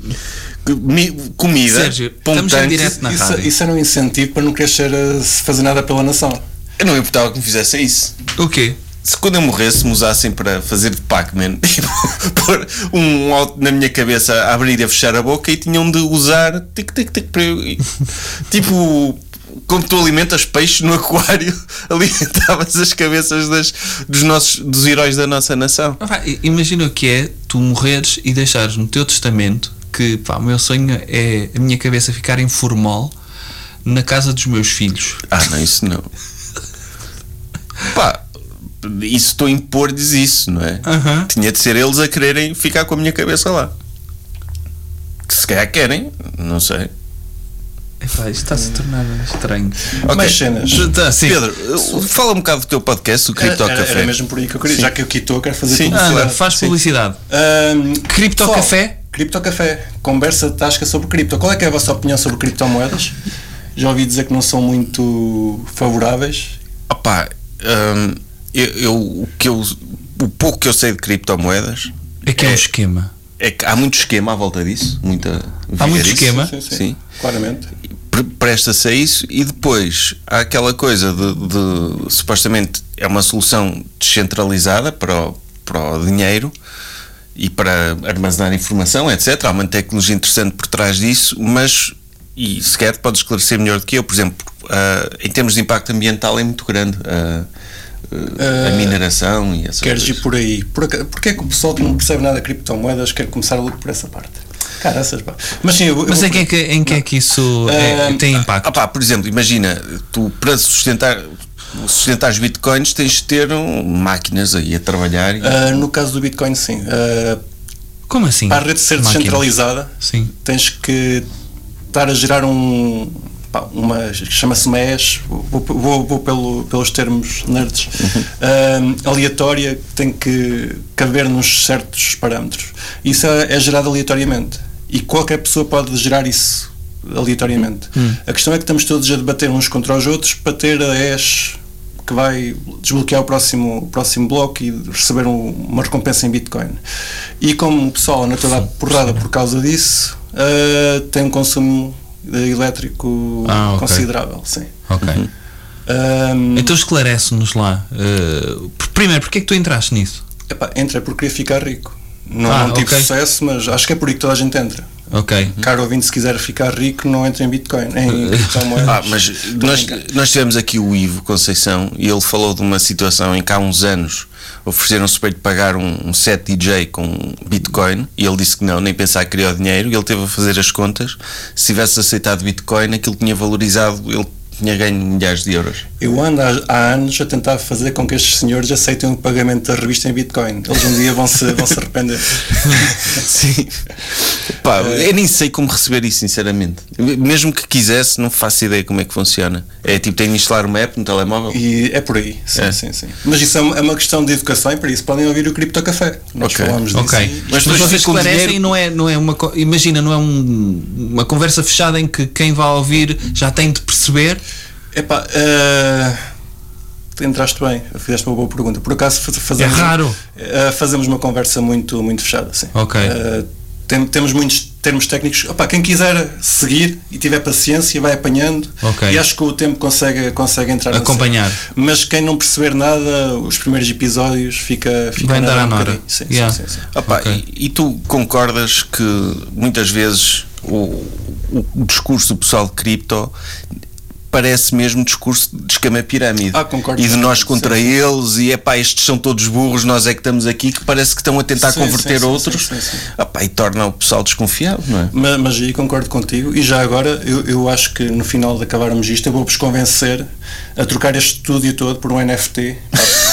[SPEAKER 3] comi- comida
[SPEAKER 2] Sérgio,
[SPEAKER 3] para um
[SPEAKER 2] estamos em
[SPEAKER 3] tanque.
[SPEAKER 2] direto na
[SPEAKER 5] Isso,
[SPEAKER 2] rádio.
[SPEAKER 5] isso era um incentivo para não querer ser, eh, fazer nada pela nação.
[SPEAKER 3] Eu não importava que me fizessem isso.
[SPEAKER 2] O quê?
[SPEAKER 3] Se quando eu morresse me usassem para fazer de Pac-Man e pôr um alto na minha cabeça a abrir e a fechar a boca e tinham de usar tic, tic, tic, para eu- tipo como tu alimentas peixe no aquário alimentavas as cabeças das, dos nossos dos heróis da nossa nação
[SPEAKER 2] Ah, pá, i- Imagina o que é tu morreres e deixares no teu testamento que pá, o meu sonho é a minha cabeça ficar em formol na casa dos meus filhos.
[SPEAKER 3] ah não isso não pá isso estou a impor-lhes isso não é
[SPEAKER 2] Aham.
[SPEAKER 3] tinha de ser eles a quererem ficar com a minha cabeça lá que se calhar querem não sei
[SPEAKER 2] Epá, isto está-se a tornar estranho.
[SPEAKER 3] Ok.
[SPEAKER 5] Mais cenas.
[SPEAKER 2] Tá, sim.
[SPEAKER 3] Pedro, fala um bocado do teu podcast, o Cripto
[SPEAKER 5] Era,
[SPEAKER 3] Café.
[SPEAKER 5] era mesmo por aí que eu queria.
[SPEAKER 3] Sim.
[SPEAKER 5] Já que eu quitou, eu quero fazer
[SPEAKER 3] Sim.
[SPEAKER 2] Ah,
[SPEAKER 5] publicidade.
[SPEAKER 2] faz
[SPEAKER 5] Sim.
[SPEAKER 2] publicidade.
[SPEAKER 5] Ahm,
[SPEAKER 2] Cripto
[SPEAKER 5] pessoal,
[SPEAKER 2] Café?
[SPEAKER 5] Cripto Café. Conversa de tasca sobre cripto. Qual é que é a vossa opinião sobre criptomoedas? Já ouvi dizer que não são muito favoráveis.
[SPEAKER 3] Opá, hum, eu, eu- o, que eu, o pouco que eu sei de criptomoedas
[SPEAKER 2] É que é um esquema.
[SPEAKER 3] é que há muito esquema à volta disso. Muita
[SPEAKER 2] Há muito
[SPEAKER 3] vigarice.
[SPEAKER 2] esquema?
[SPEAKER 5] Sim, sim.
[SPEAKER 3] Sim.
[SPEAKER 5] Claramente.
[SPEAKER 3] Pre- Presta-se a isso e depois há aquela coisa de, de- supostamente é uma solução descentralizada para o, para o dinheiro e para armazenar informação, etc. Há uma tecnologia interessante por trás disso, mas e sequer pode esclarecer melhor do que eu, por exemplo, ah, em termos de impacto ambiental é muito grande. ah, ah, a
[SPEAKER 5] Ah,
[SPEAKER 3] mineração e essas
[SPEAKER 5] Queres
[SPEAKER 3] coisas.
[SPEAKER 5] ir por aí? Por, aca- porquê que o pessoal que não percebe nada de criptomoedas quer começar logo por essa parte? Cara, essas pá. Mas sim, eu, vou-
[SPEAKER 2] Mas
[SPEAKER 5] eu
[SPEAKER 2] em que
[SPEAKER 5] vou-
[SPEAKER 2] é que, em que, é que isso é-
[SPEAKER 5] Ah,
[SPEAKER 2] tem impacto?
[SPEAKER 3] Ah pá, por exemplo, imagina, tu para sustentar, sustentar os bitcoins tens de ter um, máquinas aí a trabalhar e-
[SPEAKER 5] Ah, no caso do Bitcoin, sim. Ah,
[SPEAKER 2] Como assim?
[SPEAKER 3] Hum.
[SPEAKER 5] para a rede ser
[SPEAKER 2] Máquina.
[SPEAKER 5] descentralizada,
[SPEAKER 2] Sim.
[SPEAKER 5] tens que estar a gerar um. pá, uma, chama-se uma hash, vou, vou- vou pelo- pelos termos nerds, ah, aleatória, que tem que caber nos certos parâmetros. Isso é, é gerado aleatoriamente e qualquer pessoa pode gerar isso aleatoriamente. A questão é que estamos todos a debater uns contra os outros para ter a hash que vai desbloquear o próximo, o próximo bloco e receber um- uma recompensa em Bitcoin. E como o pessoal anda toda a porrada por causa disso, ah, tem um consumo eh, elétrico
[SPEAKER 2] Ah, ok.
[SPEAKER 5] considerável, sim.
[SPEAKER 2] Ok.
[SPEAKER 5] Ahm,
[SPEAKER 2] Então esclarece-nos lá. eh, pr- primeiro, porque é que tu entraste nisso?
[SPEAKER 5] epá, entra porque queria ficar rico. Não,
[SPEAKER 2] Então- Ah,
[SPEAKER 5] não tive
[SPEAKER 2] ok. Hum.
[SPEAKER 5] sucesso, mas acho que é por aí que toda a gente entra.
[SPEAKER 2] Ok.
[SPEAKER 5] Caro ouvinte, se quiser ficar rico, não entra em Bitcoin,
[SPEAKER 2] Eh,
[SPEAKER 5] em criptomoedas.
[SPEAKER 3] Ah, mas nós, nós tivemos aqui o Ivo Conceição e ele falou de uma situação em que há uns anos ofereceram-se para lhe pagar um, um set DJ com Bitcoin e ele disse que não, nem pensar que queria o dinheiro e ele teve a fazer as contas. Se tivesse aceitado Bitcoin, aquilo tinha valorizado, ele tinha ganho milhares de euros.
[SPEAKER 5] Eu ando há, há anos a tentar fazer com que estes senhores aceitem o pagamento da revista em Bitcoin. Eles um dia vão se, vão se arrepender.
[SPEAKER 3] Sim. Pá, eu nem sei como receber isso, sinceramente. Mesmo que quisesse, não faço ideia como é que funciona. É tipo, tenho de instalar uma app no telemóvel.
[SPEAKER 5] E é por aí, sim,
[SPEAKER 3] É.
[SPEAKER 5] sim, sim. Mas isso é uma, é uma questão de educação e para isso podem ouvir o Cripto Café. Nós
[SPEAKER 3] Ok,
[SPEAKER 5] falámos disso.
[SPEAKER 2] Ok,
[SPEAKER 3] Mas
[SPEAKER 2] mas,
[SPEAKER 3] depois
[SPEAKER 2] vocês
[SPEAKER 3] ficam
[SPEAKER 2] esclarecem
[SPEAKER 3] dinheiro-
[SPEAKER 2] e não é, não é uma. co- Imagina, não é um- uma conversa fechada em que quem vai ouvir já tem de perceber.
[SPEAKER 5] Epá, eh, entraste bem, fizeste uma boa pergunta. Por acaso faz- fazemos,
[SPEAKER 2] É raro.
[SPEAKER 5] eh, fazemos uma conversa muito, muito fechada, sim.
[SPEAKER 2] Ok.
[SPEAKER 5] Eh, tem- temos muitos termos técnicos. Epá, quem quiser seguir e tiver paciência, vai apanhando.
[SPEAKER 2] Ok.
[SPEAKER 5] E acho que o tempo consegue, consegue entrar na
[SPEAKER 2] Acompanhar.
[SPEAKER 5] cena. Mas quem não perceber nada, os primeiros episódios fica, fica
[SPEAKER 2] Vai
[SPEAKER 5] na-
[SPEAKER 2] andar à
[SPEAKER 5] um
[SPEAKER 2] nora.
[SPEAKER 5] bocadinho. Sim, sim,
[SPEAKER 2] Yeah.
[SPEAKER 5] sim, sim.
[SPEAKER 3] Opa,
[SPEAKER 2] Ok.
[SPEAKER 3] e, e tu concordas que muitas vezes o, o- o discurso do pessoal de cripto parece mesmo discurso de escama pirâmide
[SPEAKER 5] Ah, concordo
[SPEAKER 3] e de nós
[SPEAKER 5] sim,
[SPEAKER 3] contra eles e é pá, estes são todos burros, nós é que estamos aqui que parece que estão a tentar
[SPEAKER 5] Sim,
[SPEAKER 3] converter
[SPEAKER 5] sim, sim,
[SPEAKER 3] outros
[SPEAKER 5] sim, sim, sim.
[SPEAKER 3] Opa, e torna o pessoal desconfiado, não é?
[SPEAKER 5] Ma- Mas, aí concordo contigo. E já agora, eu, eu acho que no final de acabarmos isto, eu vou-vos convencer a trocar este estúdio todo por um NFT.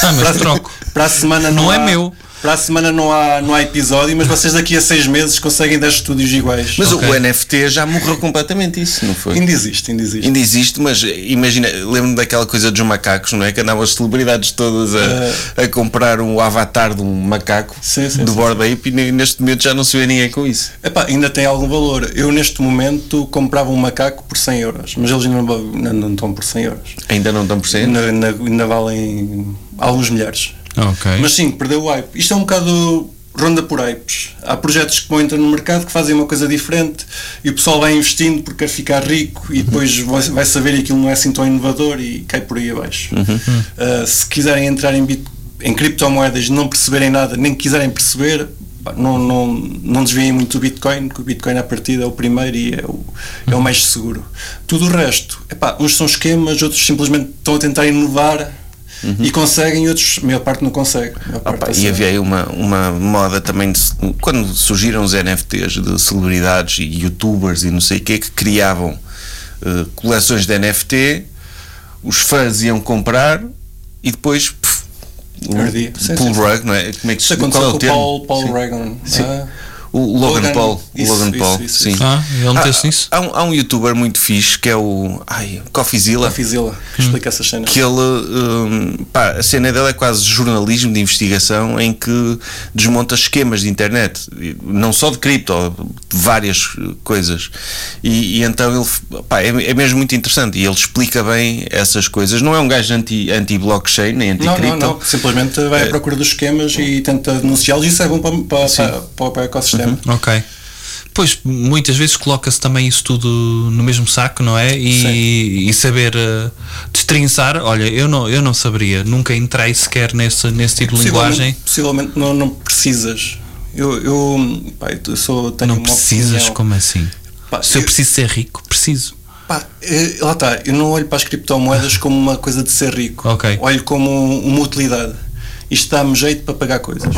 [SPEAKER 2] Ah, mas troco.
[SPEAKER 5] Para a semana não,
[SPEAKER 2] Não é
[SPEAKER 5] há-
[SPEAKER 2] meu.
[SPEAKER 5] Para a semana não há, não há episódio, mas vocês daqui a seis meses conseguem 10 estúdios iguais.
[SPEAKER 3] Mas
[SPEAKER 2] Ok.
[SPEAKER 3] o NFT já morreu completamente isso, não foi?
[SPEAKER 5] ainda existe, ainda existe.
[SPEAKER 3] Ainda existe, mas imagina, lembro-me daquela coisa dos macacos, não é? Que andavam as celebridades todas a, a comprar um avatar de um macaco
[SPEAKER 5] É. Sim, sim,
[SPEAKER 3] do
[SPEAKER 5] sim,
[SPEAKER 3] Bored Ape e ne- neste momento já não se vê ninguém com isso.
[SPEAKER 5] Epá, ainda tem algum valor. Eu neste momento comprava um macaco por 100 euros, mas eles ainda não, não, não estão por 100 euros.
[SPEAKER 3] Ainda não estão por cento.
[SPEAKER 5] Ainda, ainda- ainda valem alguns milhares.
[SPEAKER 2] Ok.
[SPEAKER 5] Mas sim, perdeu o hype. Isto é um bocado ronda por hypes. Há projetos que vão entrar no mercado que fazem uma coisa diferente e o pessoal vai investindo porque quer ficar rico e depois vai vai saber que aquilo não é assim tão inovador e cai por aí abaixo. Uh, se quiserem entrar em, bit- em criptomoedas e não perceberem nada, nem quiserem perceber, pá, não, não, não desviem muito o Bitcoin, que o Bitcoin à partida é o primeiro e é o, é o mais seguro. Tudo o resto, epá, uns são esquemas, outros simplesmente estão a tentar inovar e conseguem, outros, a maior parte não consegue. A maior
[SPEAKER 3] Opa,
[SPEAKER 5] parte
[SPEAKER 3] Uhum. Ah, e
[SPEAKER 5] consegue.
[SPEAKER 3] havia aí uma, uma moda também de- quando surgiram os NFTs de celebridades e youtubers e não sei o que que criavam eh, coleções de NFT, os fãs iam comprar e depois puf,
[SPEAKER 5] Perdia. Sim,
[SPEAKER 3] o pull
[SPEAKER 5] sim,
[SPEAKER 3] rug, não é? Como é que
[SPEAKER 5] Isso
[SPEAKER 3] se
[SPEAKER 5] aconteceu
[SPEAKER 3] qual é o
[SPEAKER 5] com o
[SPEAKER 3] termo?
[SPEAKER 5] Paul, Paul
[SPEAKER 3] Sim.
[SPEAKER 5] Reagan.
[SPEAKER 3] Sim.
[SPEAKER 5] Ah,
[SPEAKER 3] O Logan,
[SPEAKER 5] Logan,
[SPEAKER 3] Paul.
[SPEAKER 5] isso,
[SPEAKER 3] Logan
[SPEAKER 5] isso,
[SPEAKER 3] Paul,
[SPEAKER 5] isso,
[SPEAKER 3] sim.
[SPEAKER 5] isso.
[SPEAKER 2] Ah, ele
[SPEAKER 3] Há-
[SPEAKER 2] meteu-se nisso?
[SPEAKER 3] Há, um, há um youtuber muito fixe que é o ai, Coffeezilla.
[SPEAKER 5] a Fizila, que explica essas cenas.
[SPEAKER 3] Que ele, hum, pá, a cena dele é quase jornalismo de investigação em que desmonta esquemas de internet, e não só de cripto, de várias eh, coisas. E, e então ele, pá, é, é mesmo muito interessante e ele explica bem essas coisas. Não é um gajo anti- anti-blockchain, nem
[SPEAKER 5] Não, não,
[SPEAKER 3] anti-cripto.
[SPEAKER 5] não. Simplesmente
[SPEAKER 3] É.
[SPEAKER 5] vai à procura dos esquemas e tenta denunciá-los. Isso é bom para, para, para, para, o ecossistema.
[SPEAKER 3] Uhum.
[SPEAKER 2] Ok. Pois, muitas vezes coloca-se também isso tudo no mesmo saco, não é? E, e saber eh, destrinçar. Olha, eu não, eu não saberia, nunca entrei sequer nesse, nesse tipo de
[SPEAKER 5] Possivelmente-
[SPEAKER 2] linguagem.
[SPEAKER 5] Possivelmente, não, não precisas. Eu, eu, pá, eu sou, tenho
[SPEAKER 2] Não
[SPEAKER 5] uma
[SPEAKER 2] precisas,
[SPEAKER 5] opinião.
[SPEAKER 2] como assim?
[SPEAKER 5] Pá,
[SPEAKER 2] Se eu
[SPEAKER 5] eu-
[SPEAKER 2] preciso ser rico, preciso.
[SPEAKER 5] Pá, eh, lá está, eu não olho para as
[SPEAKER 3] Ah.
[SPEAKER 5] criptomoedas como uma coisa de ser rico.
[SPEAKER 2] Ok.
[SPEAKER 5] Olho como um, uma utilidade. Isto dá-me jeito para pagar coisas.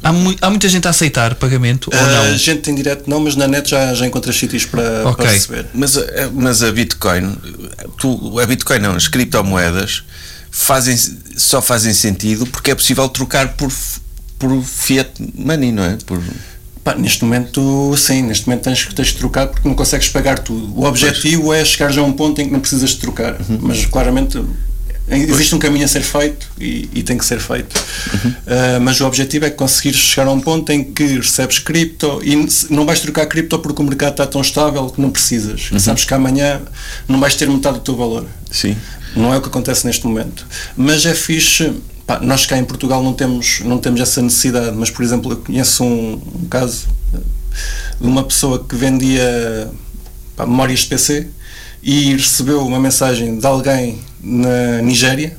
[SPEAKER 2] Há, mu- há muita gente a aceitar pagamento ou
[SPEAKER 5] A
[SPEAKER 2] não?
[SPEAKER 5] gente em direto não, mas na net já, já encontras sítios para,
[SPEAKER 2] Ok.
[SPEAKER 5] para receber.
[SPEAKER 3] Mas, a- mas a Bitcoin, tu, a Bitcoin não, as criptomoedas fazem, só fazem sentido porque é possível trocar por, f- por fiat money, não é? Por,
[SPEAKER 5] Pá, neste momento, sim, neste momento tens, que- tens de trocar porque não consegues pagar tudo. O objetivo é chegares a um ponto em que não precisas de trocar,
[SPEAKER 2] Uhum.
[SPEAKER 5] mas claramente existe um caminho a ser feito e, e tem que ser feito.
[SPEAKER 2] Uhum.
[SPEAKER 5] Ah, mas o objetivo é conseguir chegar a um ponto em que recebes cripto e n- se- não vais trocar cripto porque o mercado está tão estável que não precisas.
[SPEAKER 2] Uhum.
[SPEAKER 5] que Sabes que amanhã não vais ter metade do teu valor.
[SPEAKER 3] sim.
[SPEAKER 5] Não é o que acontece neste momento. Mas é fixe. pá, nós cá em Portugal não temos, não temos essa necessidade, mas por exemplo, eu conheço um, um caso eh, de uma pessoa que vendia pá, memórias de PC e recebeu uma mensagem de alguém na Nigéria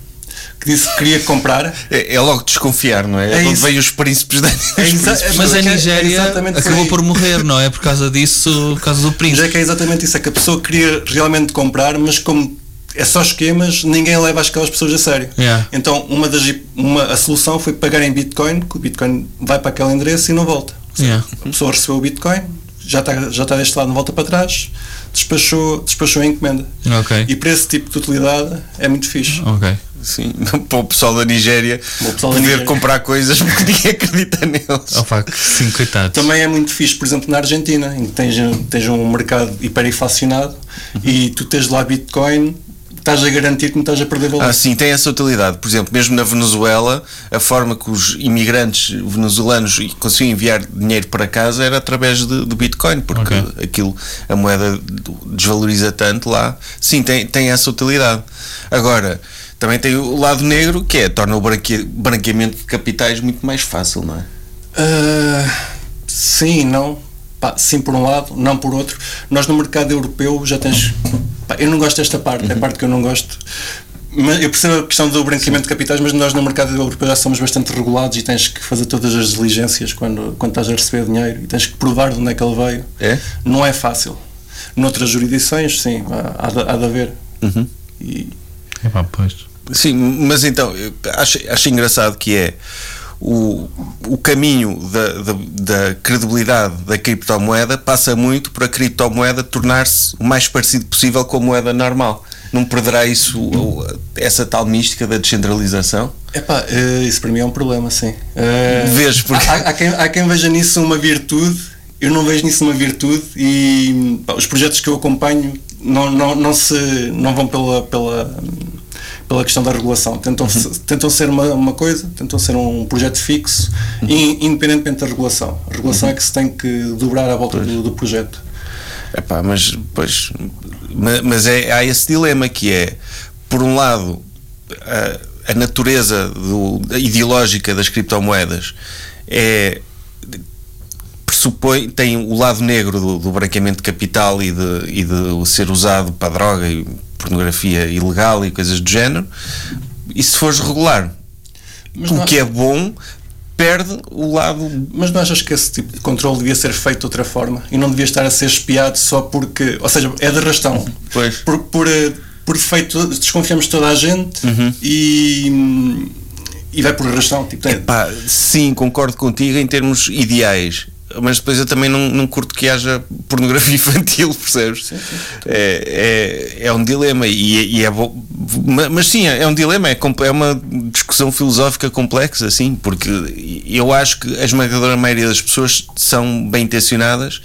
[SPEAKER 5] que disse que queria comprar.
[SPEAKER 3] É, é logo desconfiar, não é?
[SPEAKER 5] É
[SPEAKER 3] é onde
[SPEAKER 5] isso.
[SPEAKER 3] vêm os príncipes da
[SPEAKER 5] É
[SPEAKER 3] os
[SPEAKER 5] exa-
[SPEAKER 3] príncipes
[SPEAKER 2] Mas
[SPEAKER 5] é
[SPEAKER 2] a
[SPEAKER 5] que- é
[SPEAKER 2] Nigéria
[SPEAKER 5] exatamente por
[SPEAKER 2] acabou
[SPEAKER 5] aí.
[SPEAKER 2] por morrer, não é? Por causa disso, por causa do
[SPEAKER 5] Já
[SPEAKER 2] príncipe.
[SPEAKER 5] que é exatamente isso, é que a pessoa queria realmente comprar, mas como é só esquemas, ninguém leva aquelas pessoas a sério.
[SPEAKER 2] Yeah.
[SPEAKER 5] Então uma das, hip- uma, a solução foi pagar em Bitcoin, que o Bitcoin vai para aquele endereço e não volta.
[SPEAKER 2] Yeah.
[SPEAKER 5] A pessoa recebeu o Bitcoin, já está, já está deste lado, não volta para trás, despachou, despachou a encomenda.
[SPEAKER 2] Ok.
[SPEAKER 5] E para esse tipo de utilidade é muito fixe.
[SPEAKER 2] Ok.
[SPEAKER 3] Sim, para o pessoal da Nigéria
[SPEAKER 5] o pessoal da
[SPEAKER 3] poder
[SPEAKER 5] Nigéria.
[SPEAKER 3] comprar coisas porque ninguém acredita neles.
[SPEAKER 2] Opa, que Oh, sim, coitados.
[SPEAKER 5] Também é muito fixe, por exemplo, na Argentina, em que tens, tens um mercado hiperinflacionado e tu tens lá Bitcoin, estás a garantir que não estás a perder valor.
[SPEAKER 3] Ah, sim, tem essa utilidade. Por exemplo, mesmo na Venezuela, a forma que os imigrantes venezuelanos conseguiam enviar dinheiro para casa era através de, de Bitcoin, porque
[SPEAKER 2] Ok.
[SPEAKER 3] aquilo, a moeda desvaloriza tanto lá. Sim, tem, tem essa utilidade. Agora, também tem o lado negro, que é, torna o branque- branqueamento de capitais muito mais fácil, não é?
[SPEAKER 5] Ah, sim e não. Pá, sim por um lado, não por outro. Nós no mercado europeu já tens. pá, eu não gosto desta parte, é a parte que eu não gosto. Mas eu percebo a questão do branqueamento de capitais, mas nós no mercado europeu já somos bastante regulados e tens que fazer todas as diligências quando, quando estás a receber dinheiro e tens que provar de onde é que ele veio.
[SPEAKER 3] É?
[SPEAKER 5] Não é fácil. Noutras jurisdições, sim, há, há de- há de haver. E,
[SPEAKER 2] Epá, pois.
[SPEAKER 3] Sim, mas então, eu acho, acho engraçado que é o, o caminho da, da, da credibilidade da criptomoeda passa muito para a criptomoeda tornar-se o mais parecido possível com a moeda normal. não perderá isso, o- o- essa tal mística da descentralização?
[SPEAKER 5] Epá, eh, isso para mim é um problema, sim. Eh,
[SPEAKER 3] Vês, porque-
[SPEAKER 5] Há, há quem, há quem veja nisso uma virtude, eu não vejo nisso uma virtude e pá, os projetos que eu acompanho não, não, não, se, não vão pela, pela, pela questão da regulação. Tentam,
[SPEAKER 3] Uhum.
[SPEAKER 5] se- tentam ser uma, uma coisa, tentam ser um projeto fixo,
[SPEAKER 3] Uhum.
[SPEAKER 5] in- independentemente da regulação. A regulação é que se tem que dobrar à volta do, do projeto.
[SPEAKER 3] Epá, mas pois, ma- mas é, há esse dilema que é, por um lado, a, a natureza do- ideológica das criptomoedas é pressupõe, tem o lado negro do, do branqueamento de capital e de, e de o ser usado para droga e pornografia ilegal e coisas do género, e se fores regular,
[SPEAKER 5] Mas
[SPEAKER 3] o
[SPEAKER 5] não-
[SPEAKER 3] que é bom, perde o lado
[SPEAKER 5] Mas não achas que esse tipo de controle devia ser feito de outra forma e não devia estar a ser espiado só porque. Ou seja, é de arrastão.
[SPEAKER 3] Pois.
[SPEAKER 5] Por, por, eh, por defeito, desconfiamos de toda a gente
[SPEAKER 3] Uhum.
[SPEAKER 5] e. e vai por arrastão. Tipo, tem-
[SPEAKER 3] Pá, sim, concordo contigo em termos ideais. Mas depois eu também não, não curto que haja pornografia infantil, percebes? É, é, é um dilema e, e é bo- ma- Mas sim, é um dilema, é, com- é uma discussão filosófica complexa, assim, porque eu acho que a esmagadora maioria das pessoas são bem intencionadas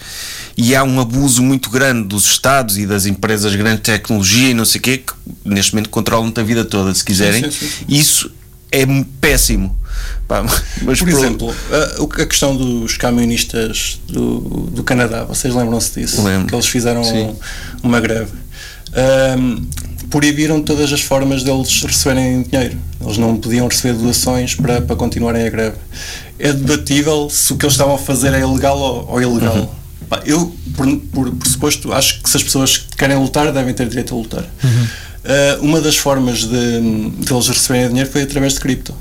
[SPEAKER 3] e há um abuso muito grande dos Estados e das empresas de grande tecnologia e não sei o quê, que neste momento controlam-te a vida toda, se quiserem.
[SPEAKER 5] sim, sim.
[SPEAKER 3] Isso é péssimo. Pá, mas
[SPEAKER 5] por
[SPEAKER 3] pro-
[SPEAKER 5] exemplo, a, o- a questão dos camionistas do, do Canadá, vocês lembram-se disso?
[SPEAKER 3] Lembro.
[SPEAKER 5] Que eles fizeram
[SPEAKER 3] Sim.
[SPEAKER 5] uma greve. Ahm, proibiram todas as formas deles receberem dinheiro. Eles não podiam receber doações para, para continuarem a greve. É debatível se o que eles estavam a fazer é ilegal ou, ou ilegal.
[SPEAKER 3] Uhum.
[SPEAKER 5] Pá, Eu, por, por, por suposto, acho que se as pessoas que querem lutar devem ter direito a lutar.
[SPEAKER 3] Uhum.
[SPEAKER 5] Ah, uma das formas de, de eles receberem dinheiro foi através de cripto.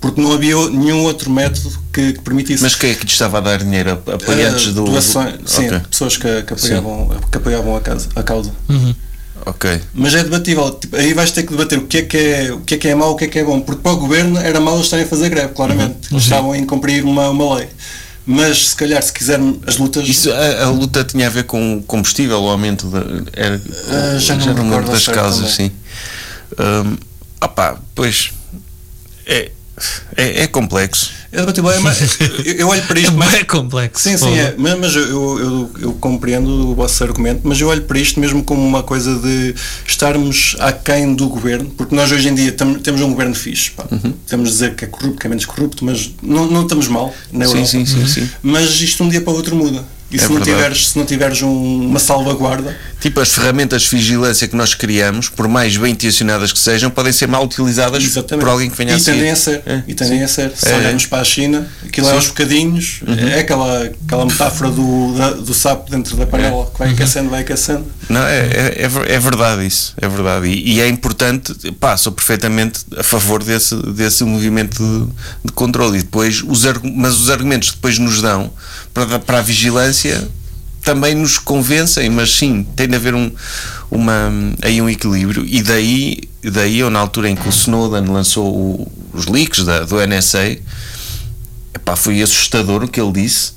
[SPEAKER 5] Porque não havia o- nenhum outro método que, que permitisse.
[SPEAKER 3] mas quem é que lhe estava a dar dinheiro a a
[SPEAKER 5] Ah,
[SPEAKER 3] pagantes do.
[SPEAKER 5] doações,
[SPEAKER 3] do-
[SPEAKER 5] sim,
[SPEAKER 3] Ok,
[SPEAKER 5] pessoas que, que apoiavam, que apoiavam a, casa, a causa.
[SPEAKER 3] ok.
[SPEAKER 5] Mas é debatível. Tipo, aí vais ter que debater o que é que é, o que é, que é mau, o que é que é bom. Porque para o governo era mau eles estarem a fazer greve, claramente. Eles estavam a incumprir uma, uma lei. Mas se calhar, se quiserem as lutas. é
[SPEAKER 3] Isso, a, a luta tinha a ver com o combustível, o aumento da. Era,
[SPEAKER 5] Ah, já não me
[SPEAKER 3] me
[SPEAKER 5] recordo
[SPEAKER 3] lembro das
[SPEAKER 5] ao certo
[SPEAKER 3] causas,
[SPEAKER 5] também.
[SPEAKER 3] sim. Hum, opá, pois. É, é, é complexo.
[SPEAKER 5] é debatível. É, mas, eu, eu olho para
[SPEAKER 2] É
[SPEAKER 5] isto mais.
[SPEAKER 2] bem complexo.
[SPEAKER 5] Sim, sim,
[SPEAKER 2] fogo.
[SPEAKER 5] é. mas, mas eu, eu, eu- eu compreendo o vosso argumento, mas eu olho para isto mesmo como uma coisa de estarmos aquém do governo, porque nós hoje em dia tam- temos um governo fixe, pá.
[SPEAKER 3] Uhum.
[SPEAKER 5] temos de dizer que é corrupto, que é menos corrupto, mas não, não estamos mal na
[SPEAKER 3] Sim,
[SPEAKER 5] Europa.
[SPEAKER 3] sim, sim, sim.
[SPEAKER 5] Mas isto de um dia para o outro muda. E
[SPEAKER 3] É
[SPEAKER 5] se, não
[SPEAKER 3] verdade.
[SPEAKER 5] tiveres, se não tiveres um- uma salvaguarda,
[SPEAKER 3] Tipo, as ferramentas de vigilância que nós criamos, por mais bem intencionadas que sejam, podem ser mal utilizadas
[SPEAKER 5] exatamente.
[SPEAKER 3] por alguém que venha
[SPEAKER 5] e
[SPEAKER 3] a seguir.
[SPEAKER 5] tendem a ser.
[SPEAKER 3] É,
[SPEAKER 5] E tendem
[SPEAKER 3] sim.
[SPEAKER 5] a ser. Se
[SPEAKER 3] É,
[SPEAKER 5] olharmos
[SPEAKER 3] é. Uhum.
[SPEAKER 5] para a China, aquilo é aos bocadinhos, é aquela, aquela metáfora do, da- do sapo dentro da panela,
[SPEAKER 3] É.
[SPEAKER 5] que
[SPEAKER 3] Uhum.
[SPEAKER 5] vai aquecendo, vai aquecendo.
[SPEAKER 3] Não, é, é, é ver- é verdade isso, é verdade. E, e é importante, pá, sou perfeitamente a favor desse, desse movimento de, de controle. E depois, os argu- mas os argumentos que depois nos dão para, para a vigilância também nos convencem, mas sim, tem de haver um, uma, aí um equilíbrio. E daí, daí eu, na altura em que o Snowden lançou o- os leaks da, do NSA, epá, foi assustador o que ele disse,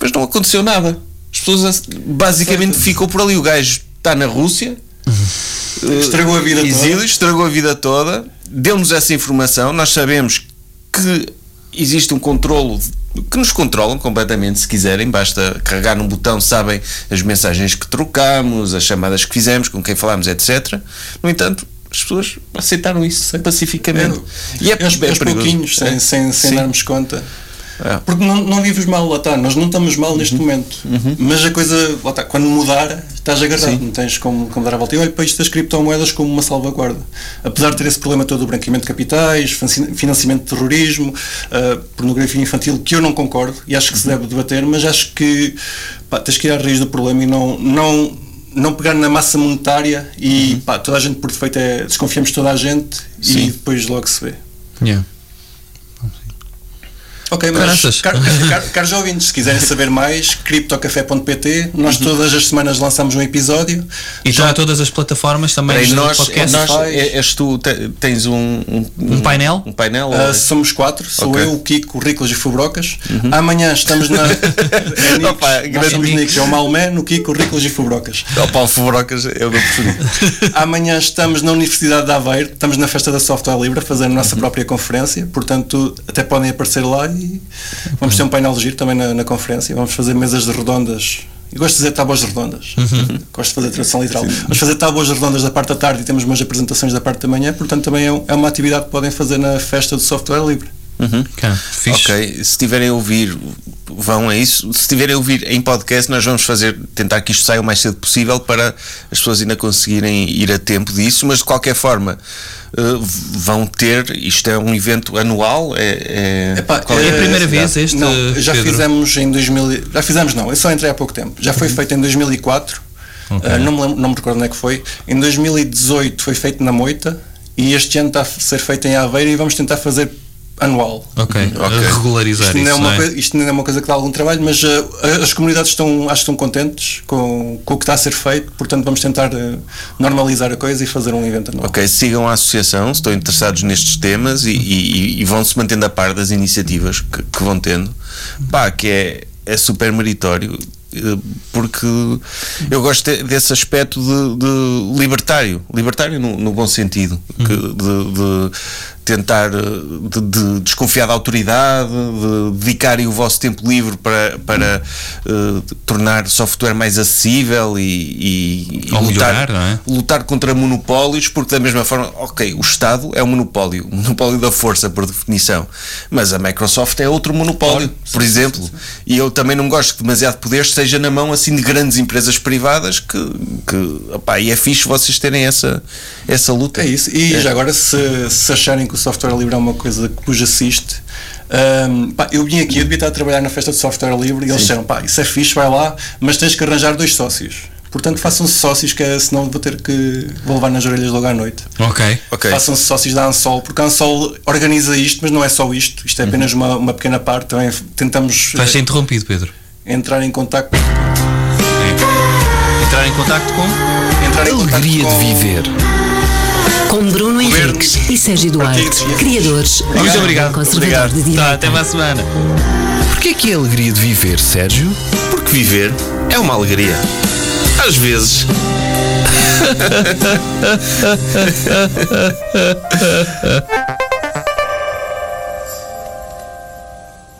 [SPEAKER 3] mas não aconteceu nada. As pessoas ass- basicamente ficou por ali. O gajo está na Rússia, eh,
[SPEAKER 5] Estragou a vida
[SPEAKER 3] exílio,
[SPEAKER 5] toda.
[SPEAKER 3] estragou a vida toda, deu-nos essa informação. Nós sabemos que existe um controlo que nos controlam completamente se quiserem, basta carregar num botão, sabem as mensagens que trocamos, as chamadas que fizemos, com quem falámos, etc. No entanto, as pessoas aceitaram isso pacificamente.
[SPEAKER 5] É, e é, aos, aos
[SPEAKER 3] perigoso.
[SPEAKER 5] pouquinhos, sem,
[SPEAKER 3] É.
[SPEAKER 5] sem, sem
[SPEAKER 3] Sim.
[SPEAKER 5] darmos conta.
[SPEAKER 3] É. Uhum.
[SPEAKER 5] Porque não, não vives mal, lá está. Nós não estamos mal neste momento. Mas a coisa, lá está, quando mudar, estás agarrado, não tens como, como dar a volta. E olho para isto das criptomoedas como uma salvaguarda. Apesar de ter esse problema todo do branqueamento de capitais, fanci- financiamento de terrorismo, ah, pornografia infantil, que eu não concordo e acho
[SPEAKER 3] Uhum.
[SPEAKER 5] que se deve debater, mas acho que pá, tens que ir à raiz do problema e não. não não pegar na massa monetária e
[SPEAKER 3] Uhum.
[SPEAKER 5] pá, toda a gente por defeito é desconfiamos de toda a gente e
[SPEAKER 3] Sim.
[SPEAKER 5] depois logo se vê.
[SPEAKER 2] Yeah.
[SPEAKER 5] Ok, mas
[SPEAKER 2] Caraças.
[SPEAKER 5] car- car- caros ouvintes, se quiserem saber mais, criptocafé.pt, nós
[SPEAKER 3] Uhum.
[SPEAKER 5] todas as semanas lançamos um episódio.
[SPEAKER 2] E está a todas as plataformas também
[SPEAKER 3] Peraí,
[SPEAKER 2] de
[SPEAKER 3] nós,
[SPEAKER 2] podcast.
[SPEAKER 3] nós é,
[SPEAKER 5] faz.
[SPEAKER 3] és tu, te- tens um, um,
[SPEAKER 2] Um painel?
[SPEAKER 3] Um painel?
[SPEAKER 5] Ah,
[SPEAKER 3] ou-
[SPEAKER 5] somos quatro, sou
[SPEAKER 3] Ok.
[SPEAKER 5] eu, o Kiko, o Riclas e o Fubrocas. Amanhã estamos na. é Nicos.
[SPEAKER 3] Opa,
[SPEAKER 5] Nós
[SPEAKER 3] Ah, grande
[SPEAKER 5] somos
[SPEAKER 2] Nicos.
[SPEAKER 5] Nicos, é o Malmé, o Kiko, o Riclas e o Fubrocas.
[SPEAKER 3] Ó, Paulo Fubrocas é o meu preferido.
[SPEAKER 5] Amanhã estamos na Universidade de Aveiro, estamos na festa da Software Livre a fazer a nossa própria conferência, portanto até podem aparecer lá e vamos ter um painel de giro também na, na conferência, vamos fazer mesas de redondas. Eu gosto de dizer tábuas redondas, gosto de fazer tradução literal. Vamos fazer tábuas redondas da parte da tarde e temos umas apresentações da parte da manhã, portanto também é, um- é uma atividade que podem fazer na festa do software livre.
[SPEAKER 2] Cá, fixe.
[SPEAKER 3] ok, se tiverem a ouvir, vão a isso. Se tiverem a ouvir em podcast, nós vamos fazer, tentar que isto saia o mais cedo possível para as pessoas ainda conseguirem ir a tempo disso, mas de qualquer forma, eh, vão ter, isto é um evento anual, é... é-
[SPEAKER 5] Epá,
[SPEAKER 3] qual
[SPEAKER 2] É a
[SPEAKER 5] eh,
[SPEAKER 2] primeira vez este,
[SPEAKER 5] Não, já
[SPEAKER 2] Pedro?
[SPEAKER 5] fizemos em 2000. Já fizemos, não, eu só entrei há pouco tempo. Já
[SPEAKER 2] Uhum.
[SPEAKER 5] foi feito em 2004, eh, não, me lembro, não me recordo onde é que foi. Em 2018 foi feito na Moita e este ano está a ser feito em Aveiro e vamos tentar fazer anual.
[SPEAKER 2] Ok,
[SPEAKER 3] Ok.
[SPEAKER 2] regularizar
[SPEAKER 5] Isto
[SPEAKER 2] isso.
[SPEAKER 5] não, é uma
[SPEAKER 2] não é?
[SPEAKER 5] Coisa, isto não é uma coisa que dá algum trabalho, mas eh, as comunidades estão, acho que estão contentes com, com o que está a ser feito, portanto vamos tentar eh, normalizar a coisa e fazer um evento anual.
[SPEAKER 3] Ok, sigam a associação se estão interessados nestes temas e, e- e vão se mantendo a par das iniciativas que, que vão tendo. Pá, que é, é super meritório, eh, porque eu gosto de- desse aspecto de, de libertário, libertário no, no bom sentido, que-
[SPEAKER 2] Uhum.
[SPEAKER 3] de, de tentar eh, de, de desconfiar da autoridade, de dedicarem o vosso tempo livre para, para eh, tornar software mais acessível e, e- e
[SPEAKER 2] Ou melhorar, não é?
[SPEAKER 3] lutar contra monopólios, porque da mesma forma, ok, o Estado é um monopólio, um monopólio da força, por definição, mas a Microsoft é outro monopólio, por exemplo. E eu também não gosto que demasiado poder esteja na mão assim de grandes empresas privadas que, que opá, e é fixe vocês terem essa, essa luta.
[SPEAKER 5] É isso. E já agora, se, se acharem que o software livre é uma coisa que vos assiste, hum, pá, eu vim aqui, eu devia estar a trabalhar na festa de software livre e eles disseram: pá, isso é fixe, vai lá, mas tens que arranjar dois sócios. Portanto, façam-se sócios, que é, senão vou ter que. vou levar nas orelhas logo à noite.
[SPEAKER 2] Ok.
[SPEAKER 3] Ok.
[SPEAKER 5] Façam-se sócios da Ansol, porque a Ansol organiza isto, mas não é só isto. Isto é apenas uma, uma pequena parte. Também tentamos
[SPEAKER 2] Vais ser
[SPEAKER 5] eh,
[SPEAKER 2] interrompido, Pedro.
[SPEAKER 5] entrar em contacto
[SPEAKER 2] Entrar em contacto com.
[SPEAKER 5] entrar em contacto
[SPEAKER 6] Alegria de
[SPEAKER 5] com-
[SPEAKER 6] viver.
[SPEAKER 4] Com Bruno Henriques e Sérgio Duarte,
[SPEAKER 5] partidos e-
[SPEAKER 4] criadores do
[SPEAKER 2] Muito
[SPEAKER 4] Jovem
[SPEAKER 2] obrigado.
[SPEAKER 4] Conservador de Direita.
[SPEAKER 2] Tá, até para a semana.
[SPEAKER 6] Porquê que é alegria de viver, Sérgio?
[SPEAKER 3] Porque viver é uma alegria. Às vezes.